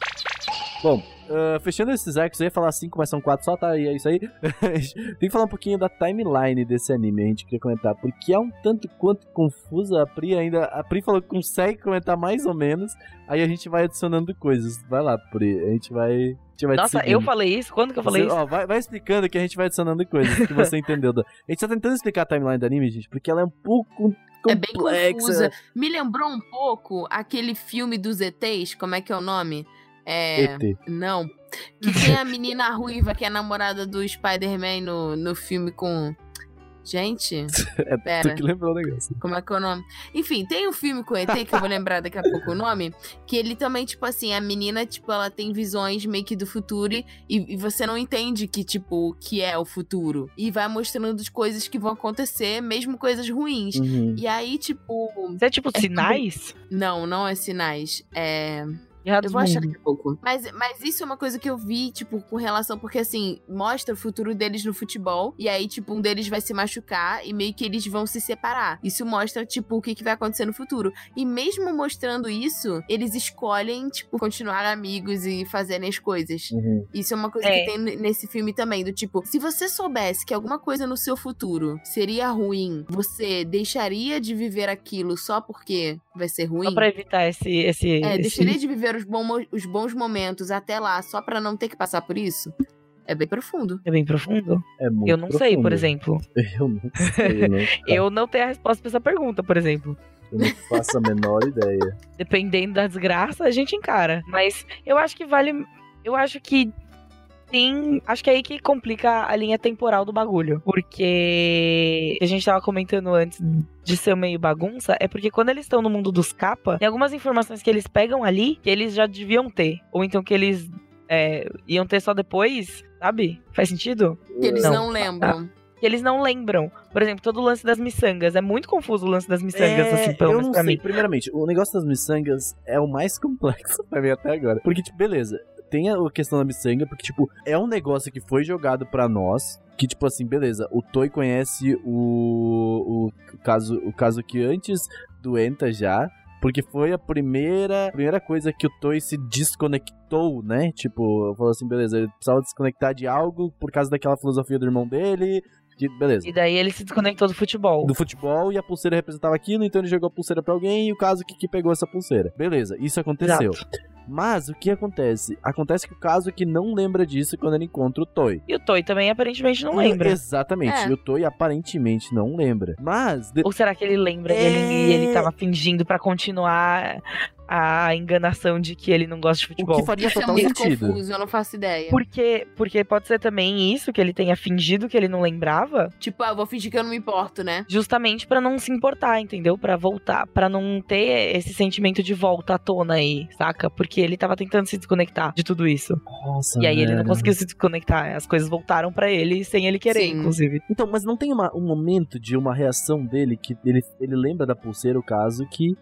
S1: Bom, ah, fechando esses arcos aí, falar 5, mas são 4 só, tá? E é isso aí. Tem que falar um pouquinho da timeline desse anime, a gente queria comentar. Porque é um tanto quanto confusa a Pri ainda. A Pri falou que consegue comentar mais ou menos. Aí a gente vai adicionando coisas. Vai lá, Pri. A gente vai. A gente vai te
S3: Nossa, eu
S1: seguindo.
S3: falei isso? Quando que eu falei
S1: Você-
S3: isso?
S1: ó, vai, vai explicando que a gente vai adicionando coisas que você entendeu. da- A gente tá tentando explicar a timeline do anime, gente, porque ela é um pouco complexa.
S2: É bem confusa. Me lembrou um pouco aquele filme dos ETs, como é que é o nome? É.
S1: ET.
S2: Não. Que tem a menina ruiva que é namorada do Spider-Man no, no filme com. Gente,
S1: É,
S2: Pera.
S1: tu que lembrou o negócio.
S2: como é que é o nome? Enfim, tem um filme com ET, que eu vou lembrar daqui a pouco o nome, que ele também, tipo assim, a menina, tipo, ela tem visões meio que do futuro e, e você não entende que, tipo, o que é o futuro. E vai mostrando as coisas que vão acontecer, mesmo coisas ruins.
S1: Uhum,
S2: E aí, tipo,
S3: Isso é tipo sinais?
S2: Não, não é sinais. É.
S3: Errado
S2: Eu vou achar daqui a pouco. Mas, mas isso é uma coisa que eu vi, tipo, com relação. Porque, assim, mostra o futuro deles no futebol. E aí, tipo, um deles vai se machucar e meio que eles vão se separar. Isso mostra, tipo, o que, que vai acontecer no futuro. E mesmo mostrando isso, eles escolhem, tipo, continuar amigos e fazerem as coisas.
S1: uhum.
S2: Isso é uma coisa
S3: É.
S2: que tem n- nesse filme também, do tipo, se você soubesse que alguma coisa no seu futuro seria ruim, você deixaria de viver aquilo só porque vai ser é ruim?
S3: Só pra evitar esse. esse,
S2: É,
S3: esse-
S2: deixaria de viver os, bom, os bons momentos até lá só pra não ter que passar por isso? É bem profundo.
S3: É bem profundo?
S1: É muito
S3: eu não sei,
S1: profundo.
S3: por
S1: Tá.
S3: exemplo.
S1: Eu não sei, não.
S3: Eu não tenho a resposta pra essa pergunta, por exemplo.
S1: Eu não faço a menor ideia.
S3: Dependendo da desgraça, a gente encara. Mas eu acho que vale. Eu acho que tem. Acho que é aí que complica a linha temporal do bagulho. Porque a gente tava comentando antes de ser um meio bagunça, é porque quando eles estão no mundo dos capa, tem algumas informações que eles pegam ali que eles já deviam ter. Ou então que eles é, iam ter só depois, sabe? Faz sentido?
S2: Que eles não,
S3: Não.
S2: lembram.
S1: Ah,
S3: que eles não lembram. Por exemplo, todo o lance das miçangas. É muito confuso o lance das miçangas,
S1: É,
S3: assim, pelo
S1: eu
S3: menos
S1: não
S3: pra
S1: sei.
S3: mim.
S1: Primeiramente, o negócio das miçangas é o mais complexo pra mim até agora. Porque, tipo, beleza, tem a questão da miçanga, porque, tipo, é um negócio que foi jogado pra nós. Que, tipo assim, beleza, o Toy conhece o, o caso o caso que antes do Enta já. Porque foi a primeira, primeira coisa que o Toy se desconectou, né? Tipo, falou assim, beleza, ele precisava desconectar de algo por causa daquela filosofia do irmão dele. Que, beleza.
S3: E daí ele se desconectou do futebol.
S1: do futebol e a pulseira representava aquilo, então ele jogou a pulseira pra alguém e o caso que, que pegou essa pulseira. Beleza, isso aconteceu.
S3: Exato.
S1: Mas o que acontece? Acontece que o caso é que não lembra disso quando ele encontra o Toy.
S3: E o Toy também aparentemente não lembra.
S1: Exatamente,
S2: É.
S1: e o Toy aparentemente não lembra. Mas de-
S3: Ou será que ele lembra e, ele, e
S1: É.
S3: ele tava fingindo pra continuar a enganação de que ele não gosta de
S1: o
S3: futebol?
S1: que faria
S2: Isso é
S1: total
S2: muito
S1: sentido.
S2: confuso, eu não faço ideia.
S3: Porque, porque pode ser também isso, que ele tenha fingido que ele não lembrava,
S2: Tipo, ah, eu vou fingir que eu não me importo, né?
S3: justamente pra não se importar, entendeu? Pra voltar, pra não ter esse sentimento de volta à tona aí, saca? Porque ele tava tentando se desconectar de tudo isso.
S1: Nossa,
S3: E aí ele não
S1: velho.
S3: conseguiu se desconectar. As coisas voltaram pra ele sem ele querer,
S2: Sim.
S3: inclusive.
S1: Então, mas não tem uma- um momento de uma reação dele que ele, ele lembra da pulseira, o caso que.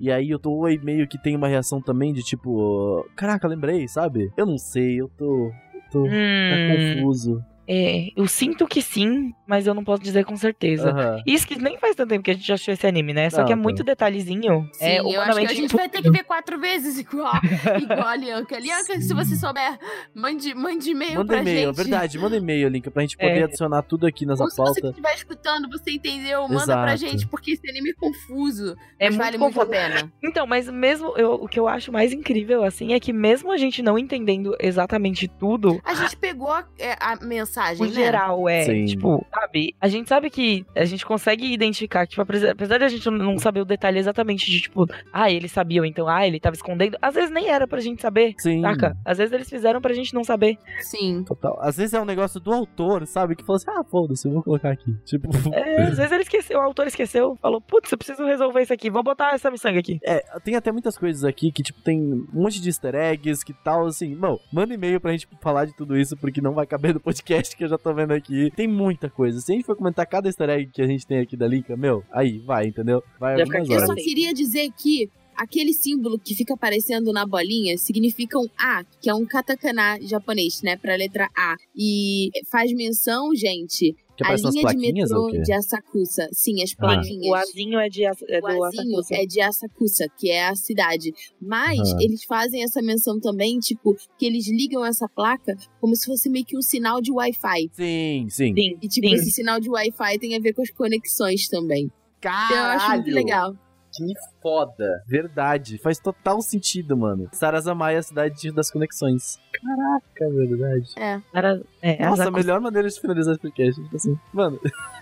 S1: E aí eu tô aí meio que tem uma reação também de tipo. Caraca, lembrei, sabe? Eu não sei, eu tô. Eu tô. Tá
S3: Hum,
S1: confuso.
S3: é, eu sinto que sim, mas eu não posso dizer com certeza.
S1: Aham.
S3: Isso que nem faz tanto tempo que a gente achou esse anime, né? Só
S1: Não,
S3: que é
S1: tá.
S3: muito detalhezinho.
S6: Sim, eu
S3: é,
S6: acho que a
S3: humanamente
S6: gente vai ter que ver quatro vezes igual, igual a Lianca. Lianca, se você souber, mande, mande e-mail
S1: Manda
S6: pra
S1: e-mail, é
S6: gente.
S1: verdade. Manda e-mail, Link, pra gente poder
S3: É.
S1: adicionar tudo aqui nessa
S6: Ou se você que
S1: pauta.
S6: estiver escutando, você entendeu, manda pra
S1: Exato.
S6: gente, porque esse anime é confuso.
S3: É
S6: mas
S3: muito
S6: vale muito a
S3: confuso.
S6: pena.
S3: Então, mas mesmo eu- o que eu acho mais incrível assim é que mesmo a gente não entendendo exatamente tudo,
S6: A gente pegou a, é, a mensagem,
S3: o
S6: né?
S3: geral é,
S1: Sim.
S3: tipo, sabe? A gente sabe que a gente consegue identificar que, tipo, apres- apesar de a gente não saber o detalhe exatamente de, tipo, ah, ele sabia, ou então, ah, ele tava escondendo, às vezes nem era pra gente saber,
S1: Sim.
S3: saca? Às vezes eles fizeram pra gente não saber.
S6: Sim.
S1: Total. Às vezes é um negócio do autor, sabe? Que fala assim, ah, foda-se, eu vou colocar aqui. Tipo,
S3: É, às vezes ele esqueceu, o autor esqueceu, falou, putz, eu preciso resolver isso aqui, vamos botar essa miçanga aqui.
S1: É, tem até muitas coisas aqui que, tipo, tem um monte de easter eggs que tal, assim. Bom, manda e-mail pra gente falar de tudo isso, porque não vai caber no podcast que eu já tô vendo aqui. Tem muita coisa. Se a gente for comentar cada easter egg que a gente tem aqui da Linka, meu, aí, vai, entendeu? Vai
S3: Já fica
S1: algumas
S2: Eu
S1: horas.
S2: só queria dizer que aquele símbolo que fica aparecendo na bolinha significa um A, que é um katakana japonês, né? Pra letra A. E faz menção, gente,
S1: Que
S2: à
S1: aparece nas
S2: linha de
S1: plaquinhas ou
S2: metrô
S1: o quê? Ah.
S2: de Asakusa. Sim, as
S3: O
S2: plaquinhas.
S3: azinho é, de, As- é
S2: O
S3: do
S2: Azinho
S3: Asakusa.
S2: é de Asakusa, que é a cidade. Mas
S1: Ah.
S2: eles fazem essa menção também, tipo, que eles ligam essa placa como se fosse meio que um sinal de Wi-Fi.
S1: Sim, sim.
S3: Sim,
S2: E, tipo,
S3: sim.
S2: esse sinal de Wi-Fi tem a ver com as conexões também.
S1: Caralho!
S2: Então, eu acho muito legal.
S1: Que foda. Verdade. Faz total sentido, mano. Sarazamai é a cidade das conexões. Caraca, verdade.
S3: Era, é,
S1: Nossa, a
S3: Asakusa.
S1: melhor maneira de finalizar esse podcast. tipo Assim, mano,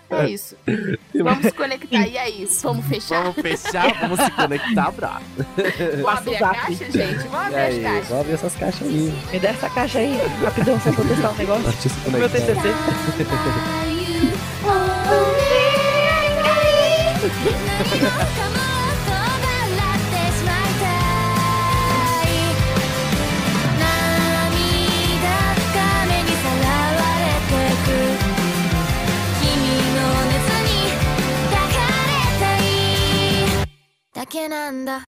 S6: É isso. Vamos se conectar. E aí, vamos fechar?
S7: Vamos fechar, vamos se conectar, bra.
S6: Vamos abrir a
S3: WhatsApp.
S6: caixa, gente? Vamos
S1: e
S6: abrir as
S1: aí?
S6: caixas.
S1: Vamos abrir essas caixas aí.
S3: Me dá essa caixa aí, rapidão, só pra testar um negócio.
S1: Deixa eu se
S3: Meu
S1: conectar.
S3: TCC.
S4: だけなんだ